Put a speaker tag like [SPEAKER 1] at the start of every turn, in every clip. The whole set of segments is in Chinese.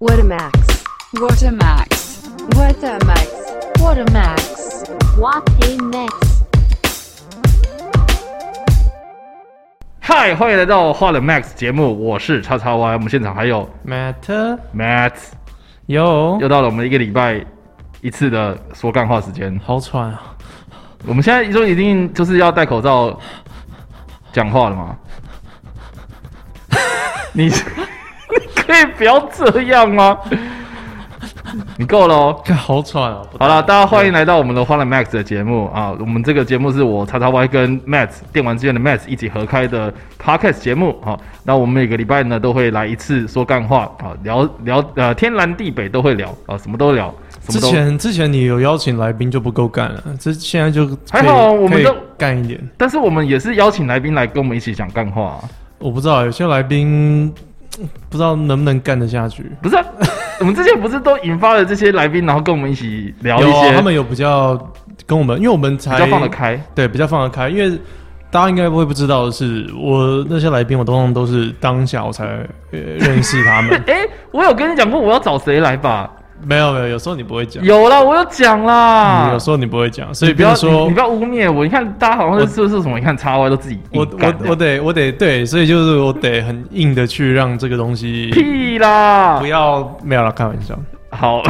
[SPEAKER 1] What a max.
[SPEAKER 2] What a max.
[SPEAKER 1] What a max.
[SPEAKER 3] What a max. What a max.
[SPEAKER 4] 嗨，欢迎来到《花了 Max》节目，我是叉叉 Y，我们现场还有
[SPEAKER 5] Matt
[SPEAKER 4] Matt，
[SPEAKER 5] 有
[SPEAKER 4] 又到了我们一个礼拜一次的说干话时间。
[SPEAKER 5] 好喘啊！
[SPEAKER 4] 我们现在就一定就是要戴口罩讲话了吗？你 你可以不要这样吗？你够了哦。
[SPEAKER 5] 看好喘啊！不
[SPEAKER 4] 好了，大家欢迎来到我们的《花了 Max》的节目啊！我们这个节目是我叉叉 Y 跟 Matt 电玩之源的 Matt 一起合开的 Podcast 节目啊。那我们每个礼拜呢都会来一次说干话啊，聊聊呃天南地北都会聊啊，什么都聊，什
[SPEAKER 5] 之
[SPEAKER 4] 么都。
[SPEAKER 5] 前之前你有邀请来宾就不够干了，这现在就可以
[SPEAKER 4] 还好我们
[SPEAKER 5] 可以
[SPEAKER 4] 都
[SPEAKER 5] 干一点。
[SPEAKER 4] 但是我们也是邀请来宾来跟我们一起讲干话、啊，
[SPEAKER 5] 我不知道有些来宾嗯不知道能不能干得下去。
[SPEAKER 4] 不是 啊、我们之前不是都引发了这些来宾，然后跟我们一起聊一
[SPEAKER 5] 有
[SPEAKER 4] 些
[SPEAKER 5] 啊，他们有比较跟我们，因为我们
[SPEAKER 4] 比
[SPEAKER 5] 才
[SPEAKER 4] 较放得开。。
[SPEAKER 5] 对，比较放得开。因为大家应该不会不知道的是，我那些来宾我通常都是当下我才呃认识他们
[SPEAKER 4] 哎、我有跟你讲过我要找谁来吧？
[SPEAKER 5] 没有没有，有时候你不会讲，
[SPEAKER 4] 有啦，我有讲啦。
[SPEAKER 5] 嗯有时候你不会讲，所以
[SPEAKER 4] 你不
[SPEAKER 5] 比
[SPEAKER 4] 要
[SPEAKER 5] 如说
[SPEAKER 4] 你，你不要污蔑我。你看大家好像是是是什么？你看叉 Y 都自己
[SPEAKER 5] 我
[SPEAKER 4] 硬干
[SPEAKER 5] 我
[SPEAKER 4] 的
[SPEAKER 5] 我得我得对，所以就是我得很硬的去让这个东西
[SPEAKER 4] 屁啦！
[SPEAKER 5] 不要没有啦，开玩笑。
[SPEAKER 4] 好，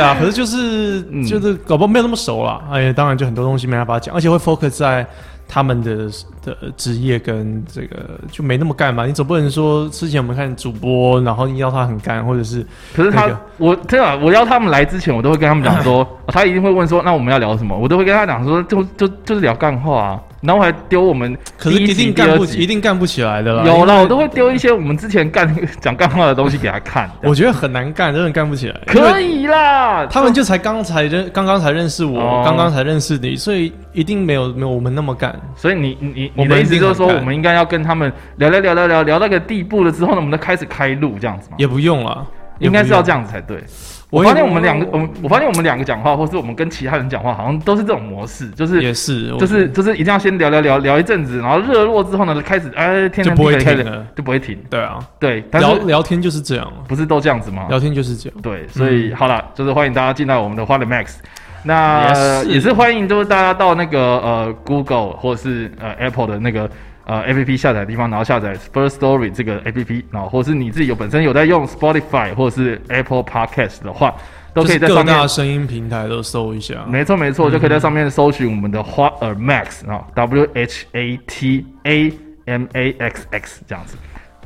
[SPEAKER 5] 啊，可是就是、
[SPEAKER 4] 嗯
[SPEAKER 5] 就是搞不好没有那么熟啦，哎，当然就很多东西没办法讲，而且会 focus 在他们的的职业跟这个就没那么干嘛。你总不能说之前我们看主播，然后硬要他很干，或者是
[SPEAKER 4] 可是他
[SPEAKER 5] 那个
[SPEAKER 4] 我对啊，我邀他们来之前，我都会跟他们讲说、哦他一定会问说，那我们要聊什么？我都会跟他讲说，就就就是聊干话啊。然后还丢我们
[SPEAKER 5] 可是
[SPEAKER 4] 第
[SPEAKER 5] 一
[SPEAKER 4] 集
[SPEAKER 5] 定
[SPEAKER 4] 第
[SPEAKER 5] 干
[SPEAKER 4] 二
[SPEAKER 5] 不
[SPEAKER 4] 集
[SPEAKER 5] 一定干不起来的啦。
[SPEAKER 4] 有
[SPEAKER 5] 因为
[SPEAKER 4] 啦，我都会丢一些我们之前干 讲干话的东西给他看。这样
[SPEAKER 5] 我觉得很难干，真的干不起来。因为
[SPEAKER 4] 可以啦，
[SPEAKER 5] 他们就才刚才认，刚刚才认识
[SPEAKER 4] 哦
[SPEAKER 5] 我，刚刚才认识你，所以一定没有没有我们那么干。
[SPEAKER 4] 所以你你你
[SPEAKER 5] 我
[SPEAKER 4] 你
[SPEAKER 5] 们
[SPEAKER 4] 的意思
[SPEAKER 5] 一定
[SPEAKER 4] 就是说，
[SPEAKER 5] 很
[SPEAKER 4] 我
[SPEAKER 5] 干
[SPEAKER 4] 们应该要跟他们聊聊聊聊聊聊到个地步了之后呢，我们再开始开路这样子嘛？
[SPEAKER 5] 也不用了，
[SPEAKER 4] 应该是要这
[SPEAKER 5] 样。
[SPEAKER 4] 样子才对。
[SPEAKER 5] 我
[SPEAKER 4] 我
[SPEAKER 5] 也
[SPEAKER 4] 发现我们两个，
[SPEAKER 5] 我
[SPEAKER 4] 我们我发现我们两个讲话，或是我们跟其他人讲话，好像都是这种模式，就是
[SPEAKER 5] 也是，我
[SPEAKER 4] 就是就是一定要先聊聊聊聊一阵子，然后热络之后呢，开始哎，天南
[SPEAKER 5] 就不
[SPEAKER 4] 地北
[SPEAKER 5] 会
[SPEAKER 4] 开始
[SPEAKER 5] 停了
[SPEAKER 4] 就不会停。
[SPEAKER 5] 对啊，
[SPEAKER 4] 对，但
[SPEAKER 5] 聊
[SPEAKER 4] 是啊
[SPEAKER 5] 聊天就是这样，
[SPEAKER 4] 不是都这样子吗？
[SPEAKER 5] 聊天嗯就是这样。
[SPEAKER 4] 对，所以、好了，就是欢迎大家进来我们的花的 Max。那
[SPEAKER 5] 也是
[SPEAKER 4] 也是欢迎，就是大家到那个呃 Google 或者是呃 Apple 的那个呃 APP 下载的地方，然后下载 First Story 这个 APP，然后或是你自己有本身有在用 Spotify 或者是 Apple Podcast 的话，都可以在
[SPEAKER 5] 就是
[SPEAKER 4] 上
[SPEAKER 5] 各
[SPEAKER 4] 面
[SPEAKER 5] 大声音平台都搜一下。
[SPEAKER 4] 没错没错，就可以在上面搜寻我们的花呃 Max 啊，W H A T A M A X X 这样子。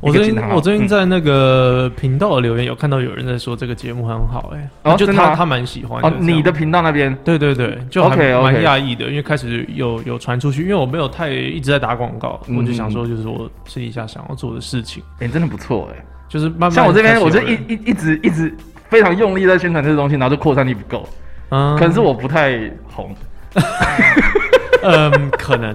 [SPEAKER 5] 我
[SPEAKER 4] 一个
[SPEAKER 5] 最
[SPEAKER 4] 惊
[SPEAKER 5] 近
[SPEAKER 4] 叹号
[SPEAKER 5] 我最近
[SPEAKER 4] 嗯
[SPEAKER 5] 在那个频道的留言有看到有人在说这个节目很好，
[SPEAKER 4] 哦
[SPEAKER 5] 哎，就
[SPEAKER 4] 真的吗
[SPEAKER 5] 他他蛮喜欢
[SPEAKER 4] 哦，
[SPEAKER 5] 这样
[SPEAKER 4] 你的频道那边
[SPEAKER 5] 对对对，就还
[SPEAKER 4] OK，OK
[SPEAKER 5] 蛮讶异的，因为开始有有传出去，因为我没有太一直在打广告，
[SPEAKER 4] 嗯
[SPEAKER 5] 我就想说，就是我私底下想要做的事情，
[SPEAKER 4] 哎、真的不错哎、
[SPEAKER 5] 就是慢慢
[SPEAKER 4] 像我这边，我就
[SPEAKER 5] 就
[SPEAKER 4] 一一一直一直非常用力在宣传这个东西，然后就扩散力不够，
[SPEAKER 5] 嗯
[SPEAKER 4] 可能是我不太红。
[SPEAKER 5] 嗯可能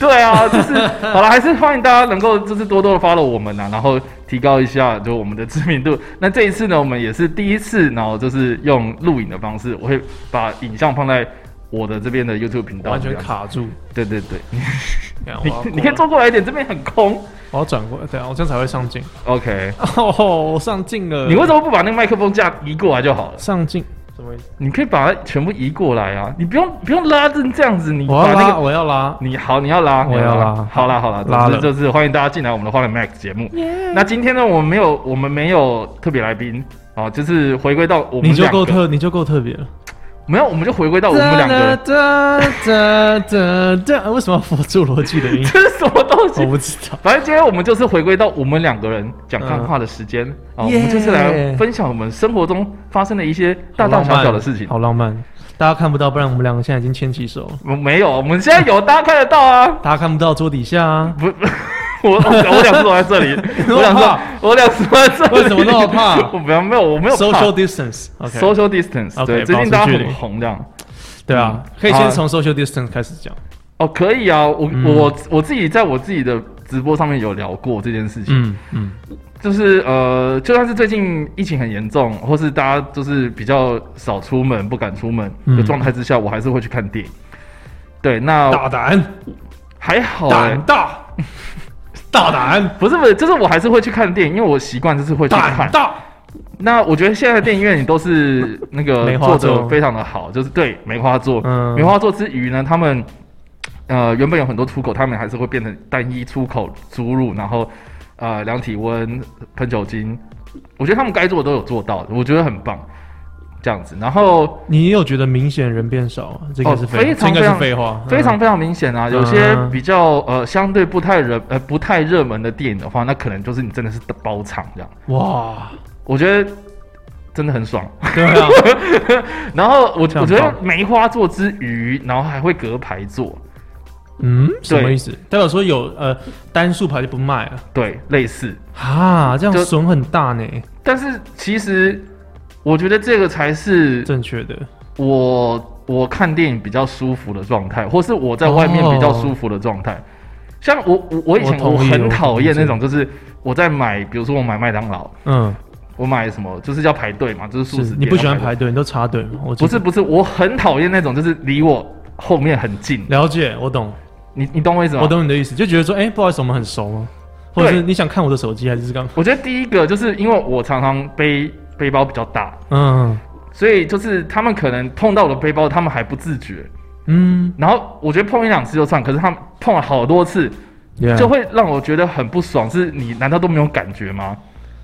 [SPEAKER 4] 对啊， 就是好了，还是欢迎大家能够就是多多的 follow 我们啊，然后提高一下就我们的知名度。 那这一次呢，我们也是第一次，然后就是用录影的方式，我会把影像放在我的这边的 YouTube 频道，
[SPEAKER 5] 完全
[SPEAKER 4] 这样子。
[SPEAKER 5] 卡住。
[SPEAKER 4] 对对对，
[SPEAKER 5] 等一下我要
[SPEAKER 4] 你
[SPEAKER 5] 啊过
[SPEAKER 4] 你可以
[SPEAKER 5] 来
[SPEAKER 4] 坐过来一点，这边很空。
[SPEAKER 5] 我要转过来，对啊，我这样才会上镜。
[SPEAKER 4] OK，
[SPEAKER 5] 哦，我上镜了。
[SPEAKER 4] 你为什么不把那个麦克风架移过来就好了？
[SPEAKER 5] 上镜？什么意思？
[SPEAKER 4] 你可以把它全部移过来啊，你不用不用拉成这样子，你
[SPEAKER 5] 我
[SPEAKER 4] 把
[SPEAKER 5] 要
[SPEAKER 4] 那
[SPEAKER 5] 拉，
[SPEAKER 4] 个。
[SPEAKER 5] 我要拉。
[SPEAKER 4] 你好，你要拉，
[SPEAKER 5] 我
[SPEAKER 4] 你
[SPEAKER 5] 要拉
[SPEAKER 4] 好啦好啦，
[SPEAKER 5] 拉
[SPEAKER 4] 总之
[SPEAKER 5] 了
[SPEAKER 4] 就是欢迎大家进来我们的花脸 Max 节目。那今天呢，我们没有我们没有特别来宾啊，就是回归到我们
[SPEAKER 5] 你就
[SPEAKER 4] 两个
[SPEAKER 5] 够特，你就够特别了。
[SPEAKER 4] 没有，我们就回归到我们两个，
[SPEAKER 5] 哒哒哒哒，为什么要辅助逻辑的音？
[SPEAKER 4] 这是什么东
[SPEAKER 5] 我
[SPEAKER 4] 西？
[SPEAKER 5] 不知道。
[SPEAKER 4] 反正今天我们就是回归到我们两个人讲干话的时间
[SPEAKER 5] 嗯
[SPEAKER 4] 啊，我们就是来
[SPEAKER 5] Yeah
[SPEAKER 4] 分享我们生活中发生的一些大大小小的事情。
[SPEAKER 5] 好浪漫。大家看不到，不然我们两个现在已经牵起手了。
[SPEAKER 4] 我没有，我们现在有，大家看得到啊。？
[SPEAKER 5] 大家看不到桌底下啊
[SPEAKER 4] 不， 不我我我想坐在这 里，我想
[SPEAKER 5] 那么
[SPEAKER 4] 说
[SPEAKER 5] 怕，
[SPEAKER 4] 我想坐在这里，
[SPEAKER 5] 为什么那么怕
[SPEAKER 4] 我没有没有，我没有怕
[SPEAKER 5] Social distance。OK。
[SPEAKER 4] social distance，
[SPEAKER 5] OK，
[SPEAKER 4] 对，最近
[SPEAKER 5] 保
[SPEAKER 4] 大家
[SPEAKER 5] 持距离
[SPEAKER 4] 很红这样。
[SPEAKER 5] 对啊
[SPEAKER 4] 嗯，
[SPEAKER 5] 可以
[SPEAKER 4] 好啊
[SPEAKER 5] 先从 social distance 开始讲。
[SPEAKER 4] 哦，可以啊，我、
[SPEAKER 5] 嗯
[SPEAKER 4] 我我自己在我自己的直播上面有聊过这件事情，
[SPEAKER 5] 嗯嗯，
[SPEAKER 4] 就是呃，就算是最近疫情很严重，或是大家就是比较少出门、不敢出门的
[SPEAKER 5] 嗯
[SPEAKER 4] 状态之下，我还是会去看电影。对，那
[SPEAKER 5] 大胆，
[SPEAKER 4] 还好、欸
[SPEAKER 5] 胆，大，大胆，
[SPEAKER 4] 不是不是，就是我还是会去看电影，因为我习惯就是会去看
[SPEAKER 5] 胆。大，
[SPEAKER 4] 那我觉得现在的电影院里都 是那个
[SPEAKER 5] 梅花
[SPEAKER 4] 做
[SPEAKER 5] 座
[SPEAKER 4] 的非常的好，就是对梅花座，
[SPEAKER 5] 嗯
[SPEAKER 4] 梅花座之余呢，他们呃原本有很多出口，他们还是会变成单一出口输入，然后呃量体温、喷酒精，我觉得他们该做的都有做到，我觉得很棒，这样子。然后
[SPEAKER 5] 你有觉得明显人变少吗？这个
[SPEAKER 4] 哦
[SPEAKER 5] 是
[SPEAKER 4] 非
[SPEAKER 5] 废，
[SPEAKER 4] 常
[SPEAKER 5] 这应该
[SPEAKER 4] 非
[SPEAKER 5] 是
[SPEAKER 4] 常
[SPEAKER 5] 废话，
[SPEAKER 4] 非常
[SPEAKER 5] 嗯
[SPEAKER 4] 非常明显啊，有些
[SPEAKER 5] 嗯
[SPEAKER 4] 比较呃相对不太热呃不太热门的电影的话，那可能就是你真的是包场这样，
[SPEAKER 5] 哇，
[SPEAKER 4] 我觉得真的很爽。
[SPEAKER 5] 对 啊，
[SPEAKER 4] 然后我我
[SPEAKER 5] 这样
[SPEAKER 4] 觉得
[SPEAKER 5] 棒
[SPEAKER 4] 梅花座之余，然后还会隔排坐，
[SPEAKER 5] 嗯，什么意思？代表说有呃单数牌就不卖了
[SPEAKER 4] 对，类似。
[SPEAKER 5] 啊？这
[SPEAKER 4] 就
[SPEAKER 5] 样损很大呢，
[SPEAKER 4] 但是其实我觉得这个才是
[SPEAKER 5] 正确的
[SPEAKER 4] 我我看电影比较舒服的状态，或是我在外面比较舒服的状态。像我我我以前
[SPEAKER 5] 我同
[SPEAKER 4] 我
[SPEAKER 5] 意
[SPEAKER 4] 很
[SPEAKER 5] 我
[SPEAKER 4] 讨厌
[SPEAKER 5] 同
[SPEAKER 4] 那
[SPEAKER 5] 意
[SPEAKER 4] 种，就是我在买，比如说我买麦当劳，
[SPEAKER 5] 嗯，
[SPEAKER 4] 我买什么就是要排队嘛，就是素
[SPEAKER 5] 是
[SPEAKER 4] 食店
[SPEAKER 5] 你不喜欢
[SPEAKER 4] 要
[SPEAKER 5] 排
[SPEAKER 4] 队？
[SPEAKER 5] 队，你都插队吗？我记
[SPEAKER 4] 不
[SPEAKER 5] 得
[SPEAKER 4] 是不是，我很讨厌那种就是离我后面很近，
[SPEAKER 5] 了解，我懂，
[SPEAKER 4] 你你懂我意思吗？
[SPEAKER 5] 我懂你的意思，就觉得说，哎、不好意思，我们很熟吗？或者
[SPEAKER 4] 啊对
[SPEAKER 5] 是你想看我的手机还是干嘛？
[SPEAKER 4] 我觉得第一个就是因为我常常背背包比较大，
[SPEAKER 5] 嗯
[SPEAKER 4] 所以就是他们可能碰到我的背包，他们还不自觉。
[SPEAKER 5] 嗯
[SPEAKER 4] 然后我觉得碰一两次就算，可是他们碰了好多次，
[SPEAKER 5] ，yeah,
[SPEAKER 4] 就会让我觉得很不爽。是你难道都没有感觉吗？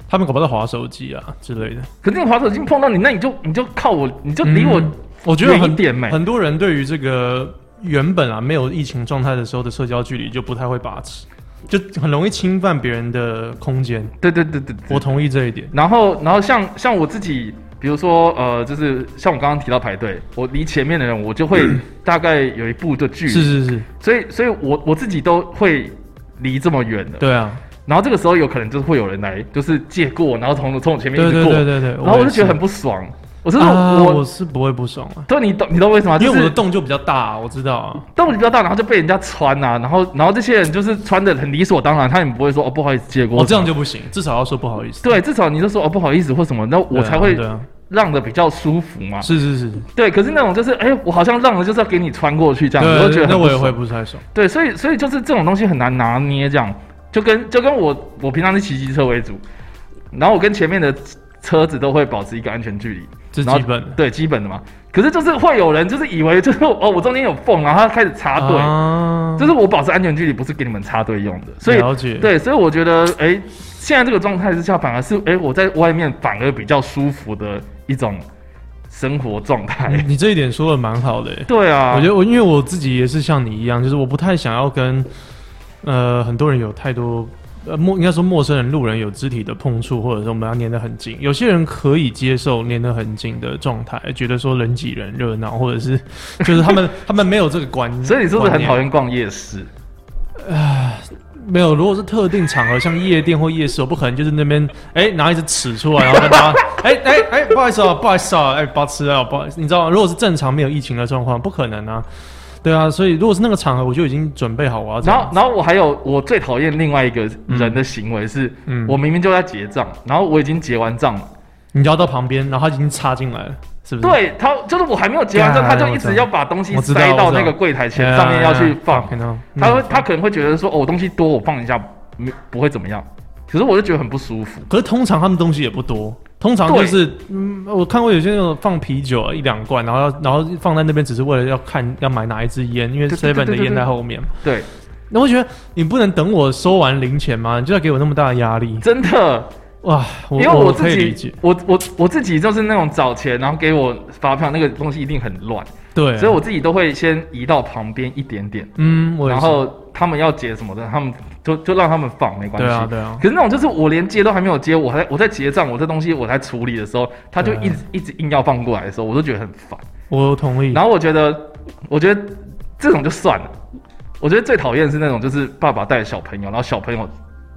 [SPEAKER 5] 他们搞不到划手机啊之类的，
[SPEAKER 4] 可是你滑手机碰到你，那你就你就靠我，你就离我、
[SPEAKER 5] 嗯我觉得
[SPEAKER 4] 远一
[SPEAKER 5] 很
[SPEAKER 4] 点嘛
[SPEAKER 5] 很多人对于这个原本啊没有疫情状态的时候的社交距离就不太会把持，就很容易侵犯别人的空间。
[SPEAKER 4] 对对对对对
[SPEAKER 5] 我同意这一点。
[SPEAKER 4] 然后然后像像我自己，比如说呃，就是像我刚刚提到排队，我离前面的人，我就会大概有一步的距离，
[SPEAKER 5] 嗯是是是，
[SPEAKER 4] 所以所以我我自己都会离这么远的。
[SPEAKER 5] 对啊，
[SPEAKER 4] 然后这个时候有可能就是会有人来，就是借过，然后从从我前面一
[SPEAKER 5] 对
[SPEAKER 4] 直
[SPEAKER 5] 对
[SPEAKER 4] 过，
[SPEAKER 5] 对对对。
[SPEAKER 4] 然后我就
[SPEAKER 5] 也
[SPEAKER 4] 觉得
[SPEAKER 5] 是
[SPEAKER 4] 很不爽。我是说
[SPEAKER 5] 啊，
[SPEAKER 4] 我，
[SPEAKER 5] 我是不会不爽啊，
[SPEAKER 4] 对，你懂你懂我为什么吗？
[SPEAKER 5] 因为我
[SPEAKER 4] 就
[SPEAKER 5] 的
[SPEAKER 4] 是
[SPEAKER 5] 洞就比较大、啊，我知道啊。
[SPEAKER 4] 动力比较大，然后就被人家穿啊，然后然后这些人就是穿的很理所当然，他也不会说哦不好意思借过，
[SPEAKER 5] 我这样就不行，至少要说不好意思。
[SPEAKER 4] 对，至少你就说哦不好意思或什么，那
[SPEAKER 5] 对
[SPEAKER 4] 我
[SPEAKER 5] 啊
[SPEAKER 4] 才会
[SPEAKER 5] 对啊，
[SPEAKER 4] 让的比较舒服嘛。
[SPEAKER 5] 是是是，
[SPEAKER 4] 对，可是那种就是哎，我好像让了就是要给你穿过去这样，我就觉
[SPEAKER 5] 对，
[SPEAKER 4] 得
[SPEAKER 5] 那
[SPEAKER 4] 很
[SPEAKER 5] 我
[SPEAKER 4] 不
[SPEAKER 5] 也会
[SPEAKER 4] 爽。
[SPEAKER 5] 不太爽。
[SPEAKER 4] 对，所以所以就是这种东西很难拿捏，这样就跟就跟我我平常是骑机车为主，然后我跟前面的车子都会保持一个安全距离，
[SPEAKER 5] 这
[SPEAKER 4] 然后
[SPEAKER 5] 基本的
[SPEAKER 4] 对基本的嘛。可是就是会有人就是以为就是哦我中间有缝，然后他开始插队，
[SPEAKER 5] 啊
[SPEAKER 4] 就是我保持安全距离不是给你们插队用的，所以
[SPEAKER 5] 了解。
[SPEAKER 4] 对，所以我觉得哎、现在这个状态之下反而是哎、我在外面反而比较舒服的一种生活状态。
[SPEAKER 5] 你，你这一点说的蛮好的 欸、
[SPEAKER 4] 对啊，
[SPEAKER 5] 嗯我觉得我因为我自己也是像你一样，就是我不太想要跟呃很多人有太多呃陌应该说陌生人、路人有肢体的碰触，或者说我们要粘得很近。有些人可以接受粘得很近的状态，觉得说人挤人热闹，或者是就是他们他们没有这个观 念。
[SPEAKER 4] 所以你是不是
[SPEAKER 5] 观
[SPEAKER 4] 很
[SPEAKER 5] 念
[SPEAKER 4] 讨？厌逛夜市？
[SPEAKER 5] 没有，如果是特定场合，像夜店或夜市，我不可能就是那边哎、拿一支尺出来，然后跟大家哎哎哎不好意思啊，不好意思啊，哎、不好吃啊，不好意思，你知道吗，如果是正常没有疫情的状况，不可能啊。对啊，所以如果是那个场合，我就已经准备好啊我要怎
[SPEAKER 4] 然
[SPEAKER 5] 么
[SPEAKER 4] 后，然后我还有我最讨厌另外一个人的行为是，
[SPEAKER 5] 嗯
[SPEAKER 4] 我明明就在结账，然后我已经结完账了，
[SPEAKER 5] 你摇到旁边，然后他已经插进来了，是不是？
[SPEAKER 4] 对他就是我还没有结完账，
[SPEAKER 5] 干
[SPEAKER 4] 他就一
[SPEAKER 5] 我知
[SPEAKER 4] 直
[SPEAKER 5] 道
[SPEAKER 4] 要把东西
[SPEAKER 5] 我知道
[SPEAKER 4] 塞
[SPEAKER 5] 我
[SPEAKER 4] 到
[SPEAKER 5] 知道
[SPEAKER 4] 那个柜台
[SPEAKER 5] 哎
[SPEAKER 4] 前
[SPEAKER 5] 呀，
[SPEAKER 4] 上面要去放，
[SPEAKER 5] 看到嗯
[SPEAKER 4] 他会他可能会觉得说哦我东西多我放一下没不会怎么样，可是我就觉得很不舒服。
[SPEAKER 5] 可是通常他们东西也不多，通常
[SPEAKER 4] 对
[SPEAKER 5] 就是嗯，我看过有些那种放啤酒啊一两罐，然后要然后放在那边只是为了要看要买哪一支烟，因为
[SPEAKER 4] 对对对
[SPEAKER 5] seven 的
[SPEAKER 4] 对对
[SPEAKER 5] 烟
[SPEAKER 4] 对
[SPEAKER 5] 在后面嘛。
[SPEAKER 4] 对，
[SPEAKER 5] 那我觉得你不能等我收完零钱吗？你就要给我那么大的压力
[SPEAKER 4] 真的，
[SPEAKER 5] 哇！我
[SPEAKER 4] 因为
[SPEAKER 5] 我可
[SPEAKER 4] 自
[SPEAKER 5] 以理解
[SPEAKER 4] 己，，我我我自己就是那种找钱然后给我发票那个东西一定很乱，
[SPEAKER 5] 对，
[SPEAKER 4] 所以我自己都会先移到旁边一点点，
[SPEAKER 5] 嗯，我也
[SPEAKER 4] 然
[SPEAKER 5] 是
[SPEAKER 4] 后他们要结什么的，他们就就让他们放没关系。
[SPEAKER 5] 对啊对啊，
[SPEAKER 4] 可是那种就是我连接都还没有接，我还我在结账，我这东西我在处理的时候，他就
[SPEAKER 5] 对嗯
[SPEAKER 4] 一直一直硬要放过来的时候，我就觉得很烦。
[SPEAKER 5] 我同意。
[SPEAKER 4] 然后我觉得，我觉得这种就算了。我觉得最讨厌是那种就是爸爸带着小朋友，然后小朋友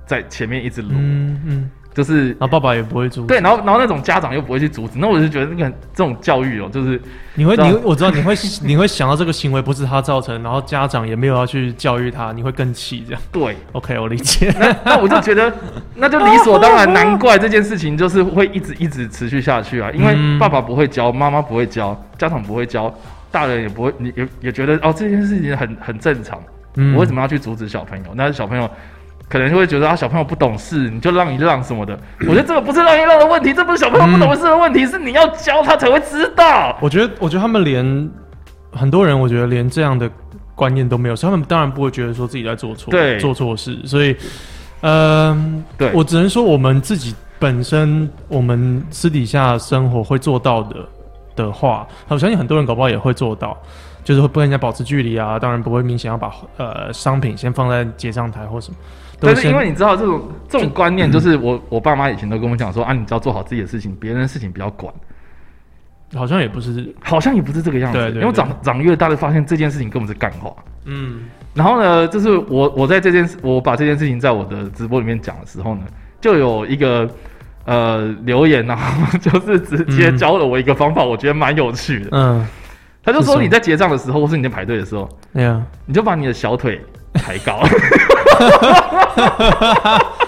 [SPEAKER 4] 在前面一直撸，
[SPEAKER 5] 嗯嗯，
[SPEAKER 4] 就是
[SPEAKER 5] 然后爸爸也不会阻止
[SPEAKER 4] 对，，然后然后那种家长又不会去阻止，那我就觉得那个这种教育哦、就是
[SPEAKER 5] 你会
[SPEAKER 4] 知道
[SPEAKER 5] 你会我知道你会你会想到这个行为不是他造成，然后家长也没有要去教育他，你会更气这样。
[SPEAKER 4] 对。
[SPEAKER 5] OK，我理解。
[SPEAKER 4] 那我就觉得，那就理所当然，难怪这件事情就是会一直一直持续下去啊，因为
[SPEAKER 5] 嗯
[SPEAKER 4] 爸爸不会教，妈妈不会教，家长不会教，大人也不会，你也也觉得哦这件事情很很正常，
[SPEAKER 5] 嗯
[SPEAKER 4] 我为什么要去阻止小朋友？那小朋友可能就会觉得啊，小朋友不懂事，你就让一让什么的。我觉得这个不是让一让的问题，这不是小朋友不懂事的问
[SPEAKER 5] 嗯
[SPEAKER 4] 题，是你要教他才会知道。
[SPEAKER 5] 我觉得，我觉得他们连很多人，我觉得连这样的观念都没有，所以他们当然不会觉得说自己在做错，
[SPEAKER 4] 对
[SPEAKER 5] 做错事。所以，嗯、
[SPEAKER 4] 对
[SPEAKER 5] 我只能说我们自己本身，我们私底下生活会做到的的话，我相信很多人搞不好也会做到。就是会不跟人家保持距离啊，当然不会明显要把呃商品先放在结账台或什么。都
[SPEAKER 4] 但是
[SPEAKER 5] 先嗯
[SPEAKER 4] 因为你知道这种这种观念，就是我我爸妈以前都跟我讲说啊，你只要做好自己的事情，别人的事情不要管。
[SPEAKER 5] 好像也不是，
[SPEAKER 4] 好像也不是这个样子，
[SPEAKER 5] 对对对
[SPEAKER 4] 因为长长越大就发现这件事情根本是干话。
[SPEAKER 5] 嗯，
[SPEAKER 4] 然后呢，就是我我在这件事，我把这件事情在我的直播里面讲的时候呢，就有一个呃留言，然后 就是直接
[SPEAKER 5] 嗯
[SPEAKER 4] 教了我一个方法，我觉得蛮有趣的。
[SPEAKER 5] 嗯，
[SPEAKER 4] 他就是
[SPEAKER 5] 什
[SPEAKER 4] 说
[SPEAKER 5] 么
[SPEAKER 4] 你在结账的时候，或是你在排队的时候，
[SPEAKER 5] 那样，
[SPEAKER 4] 你就把你的小腿抬高，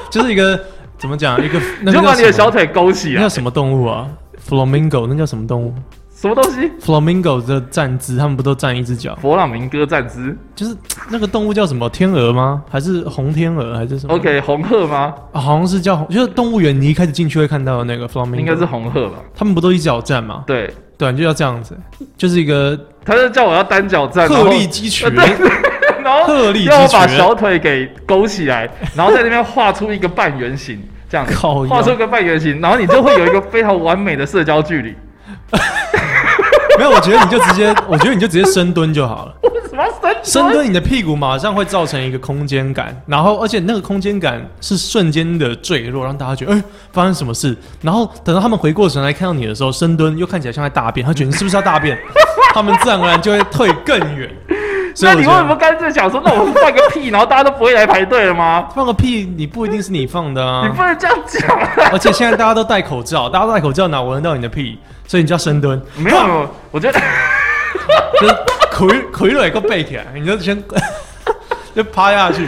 [SPEAKER 5] 就是一个怎么讲，一个
[SPEAKER 4] 你
[SPEAKER 5] 那个
[SPEAKER 4] 就把
[SPEAKER 5] 叫
[SPEAKER 4] 你的
[SPEAKER 5] 什么
[SPEAKER 4] 小腿勾起
[SPEAKER 5] 那
[SPEAKER 4] 来
[SPEAKER 5] 叫，什么动物啊？Flamingo，那叫什么动物
[SPEAKER 4] 什么东西？
[SPEAKER 5] ？Flamingo 的站姿，他们不都站一只脚？
[SPEAKER 4] 佛朗明哥站姿
[SPEAKER 5] 就是那个动物叫什么？天鹅吗？还是红天鹅？还是什么
[SPEAKER 4] ，OK，红鹤吗？
[SPEAKER 5] 啊好像是叫红，就是动物园你一开始进去会看到的那个 Flamingo，
[SPEAKER 4] 应该是红鹤吧？
[SPEAKER 5] 他们不都一脚站吗？
[SPEAKER 4] 对，
[SPEAKER 5] 对，啊你就要这样子，就是一个
[SPEAKER 4] 他就叫我要单脚站，然
[SPEAKER 5] 鹤
[SPEAKER 4] 后
[SPEAKER 5] 立 鸡 群。
[SPEAKER 4] 然后
[SPEAKER 5] 鹤立鸡群
[SPEAKER 4] 要我把小腿给勾起来，然后在那边画出一个半圆形，这样子
[SPEAKER 5] 靠腰
[SPEAKER 4] 画出一个半圆形，然后你就会有一个非常完美的社交距 离。
[SPEAKER 5] 没有，我觉得你就直接， 我觉得你就直接深蹲就好了。
[SPEAKER 4] 为什么要深
[SPEAKER 5] 深？蹲，你的屁股马上会造成一个空间感，然后而且那个空间感是瞬间的坠落，让大家觉得哎、发生什么事，然后等到他们回过神来看到你的时候，深蹲又看起来像在大便，他觉得你是不是要 大便，他们自然而然就会退更远。所以
[SPEAKER 4] 那
[SPEAKER 5] 我
[SPEAKER 4] 你为
[SPEAKER 5] 觉
[SPEAKER 4] 什么
[SPEAKER 5] 得
[SPEAKER 4] 干脆想说，那我放个屁，然后大家都不会来排队了吗？
[SPEAKER 5] 放个屁，你不一定是你放的
[SPEAKER 4] 你
[SPEAKER 5] 啊
[SPEAKER 4] 不，能这样讲 啊！
[SPEAKER 5] 而且现在大家都戴口罩，大家都戴口罩哪闻得到你的屁？所以你就要深蹲，
[SPEAKER 4] 没有，没有，我觉得
[SPEAKER 5] 就是傀傀儡个背起来，你就先就趴下去。